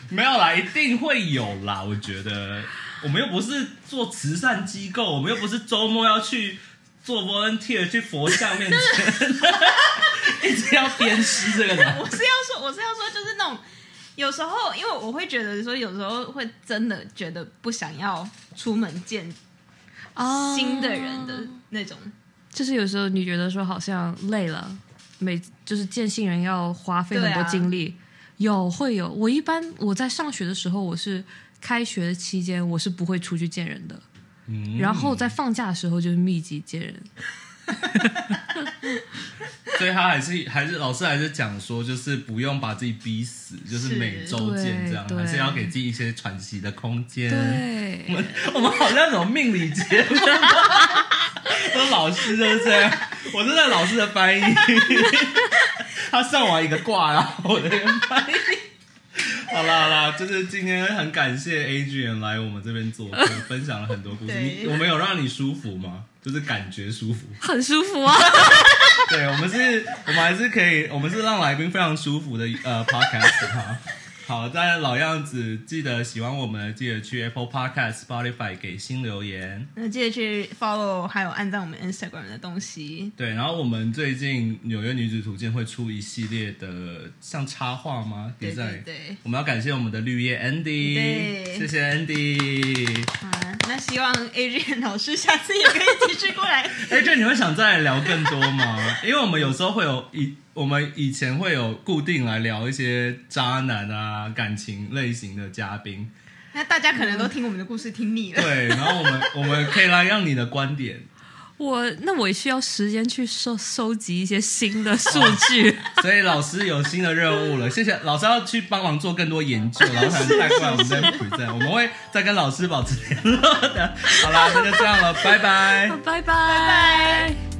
Speaker 1: 没有啦，一定会有啦。我觉得我们又不是做慈善机构，我们又不是周末要去做 volunteer 去佛像面前， 一直要鞭尸这个人。
Speaker 2: 我是要说，我是要说，就是那种有时候，因为我会觉得说，有时候会真的觉得不想要出门见
Speaker 3: 哦
Speaker 2: 新的人的那种。
Speaker 3: 就是有时候你觉得说好像累了，每就是见新人要花费
Speaker 2: 对
Speaker 3: 很
Speaker 2: 啊
Speaker 3: 多精力，有会有。我一般我在上学的时候，我是开学期间我是不会出去见人的，
Speaker 1: 嗯
Speaker 3: 然后在放假的时候就是密集见人。
Speaker 1: 所以他还是还是老师还是讲说，就是不用把自己逼死，就是
Speaker 2: 是
Speaker 1: 每周见这样，
Speaker 3: 对
Speaker 1: 还是
Speaker 3: 对
Speaker 1: 要给自己一些喘息的空间。我
Speaker 3: 对，
Speaker 1: 们 我们好像那种命理节目，说老师就是这样，我是那老师的翻译，他上完一个卦，然后我的翻译。好啦好啦，就是今天很感谢 Adrian 来我们这边做客，分享了很多故事。
Speaker 2: 对
Speaker 1: 你我们有让你舒服吗？就是感觉舒服。
Speaker 3: 很舒服啊。
Speaker 1: 对，我们是，我们还是可以，我们是让来宾非常舒服的呃 podcast 哈。好，当然老样子，记得喜欢我们的，记得去 Apple Podcast、Spotify 给新留言。
Speaker 2: 那记得去 follow 还有按赞我们 Instagram 的东西。
Speaker 1: 对，然后我们最近《纽约女子图鉴》会出一系列的像插画吗
Speaker 2: 对对
Speaker 1: ？design。
Speaker 2: 对，
Speaker 1: 我们要感谢我们的绿叶 Andy，
Speaker 2: 对
Speaker 1: 谢谢 Andy。
Speaker 2: 好啊，那希望 Adrian 老师下次也可以继续过来。
Speaker 1: 哎，这你会想再聊更多吗？因为我们有时候会有以我们以前会有固定来聊一些渣男啊、感情类型的嘉宾，
Speaker 2: 那大家可能都听我们的故事听腻了，
Speaker 1: 对，然后我们我们可以来让你的观点，
Speaker 3: 我那我也需要时间去收收集一些新的数据。
Speaker 1: 所以老师有新的任务了，谢谢老师要去帮忙做更多研究，然后才能带过来我们再 present，我们会再跟老师保持联络的。好啦，那就这样了，拜拜。
Speaker 3: 拜拜。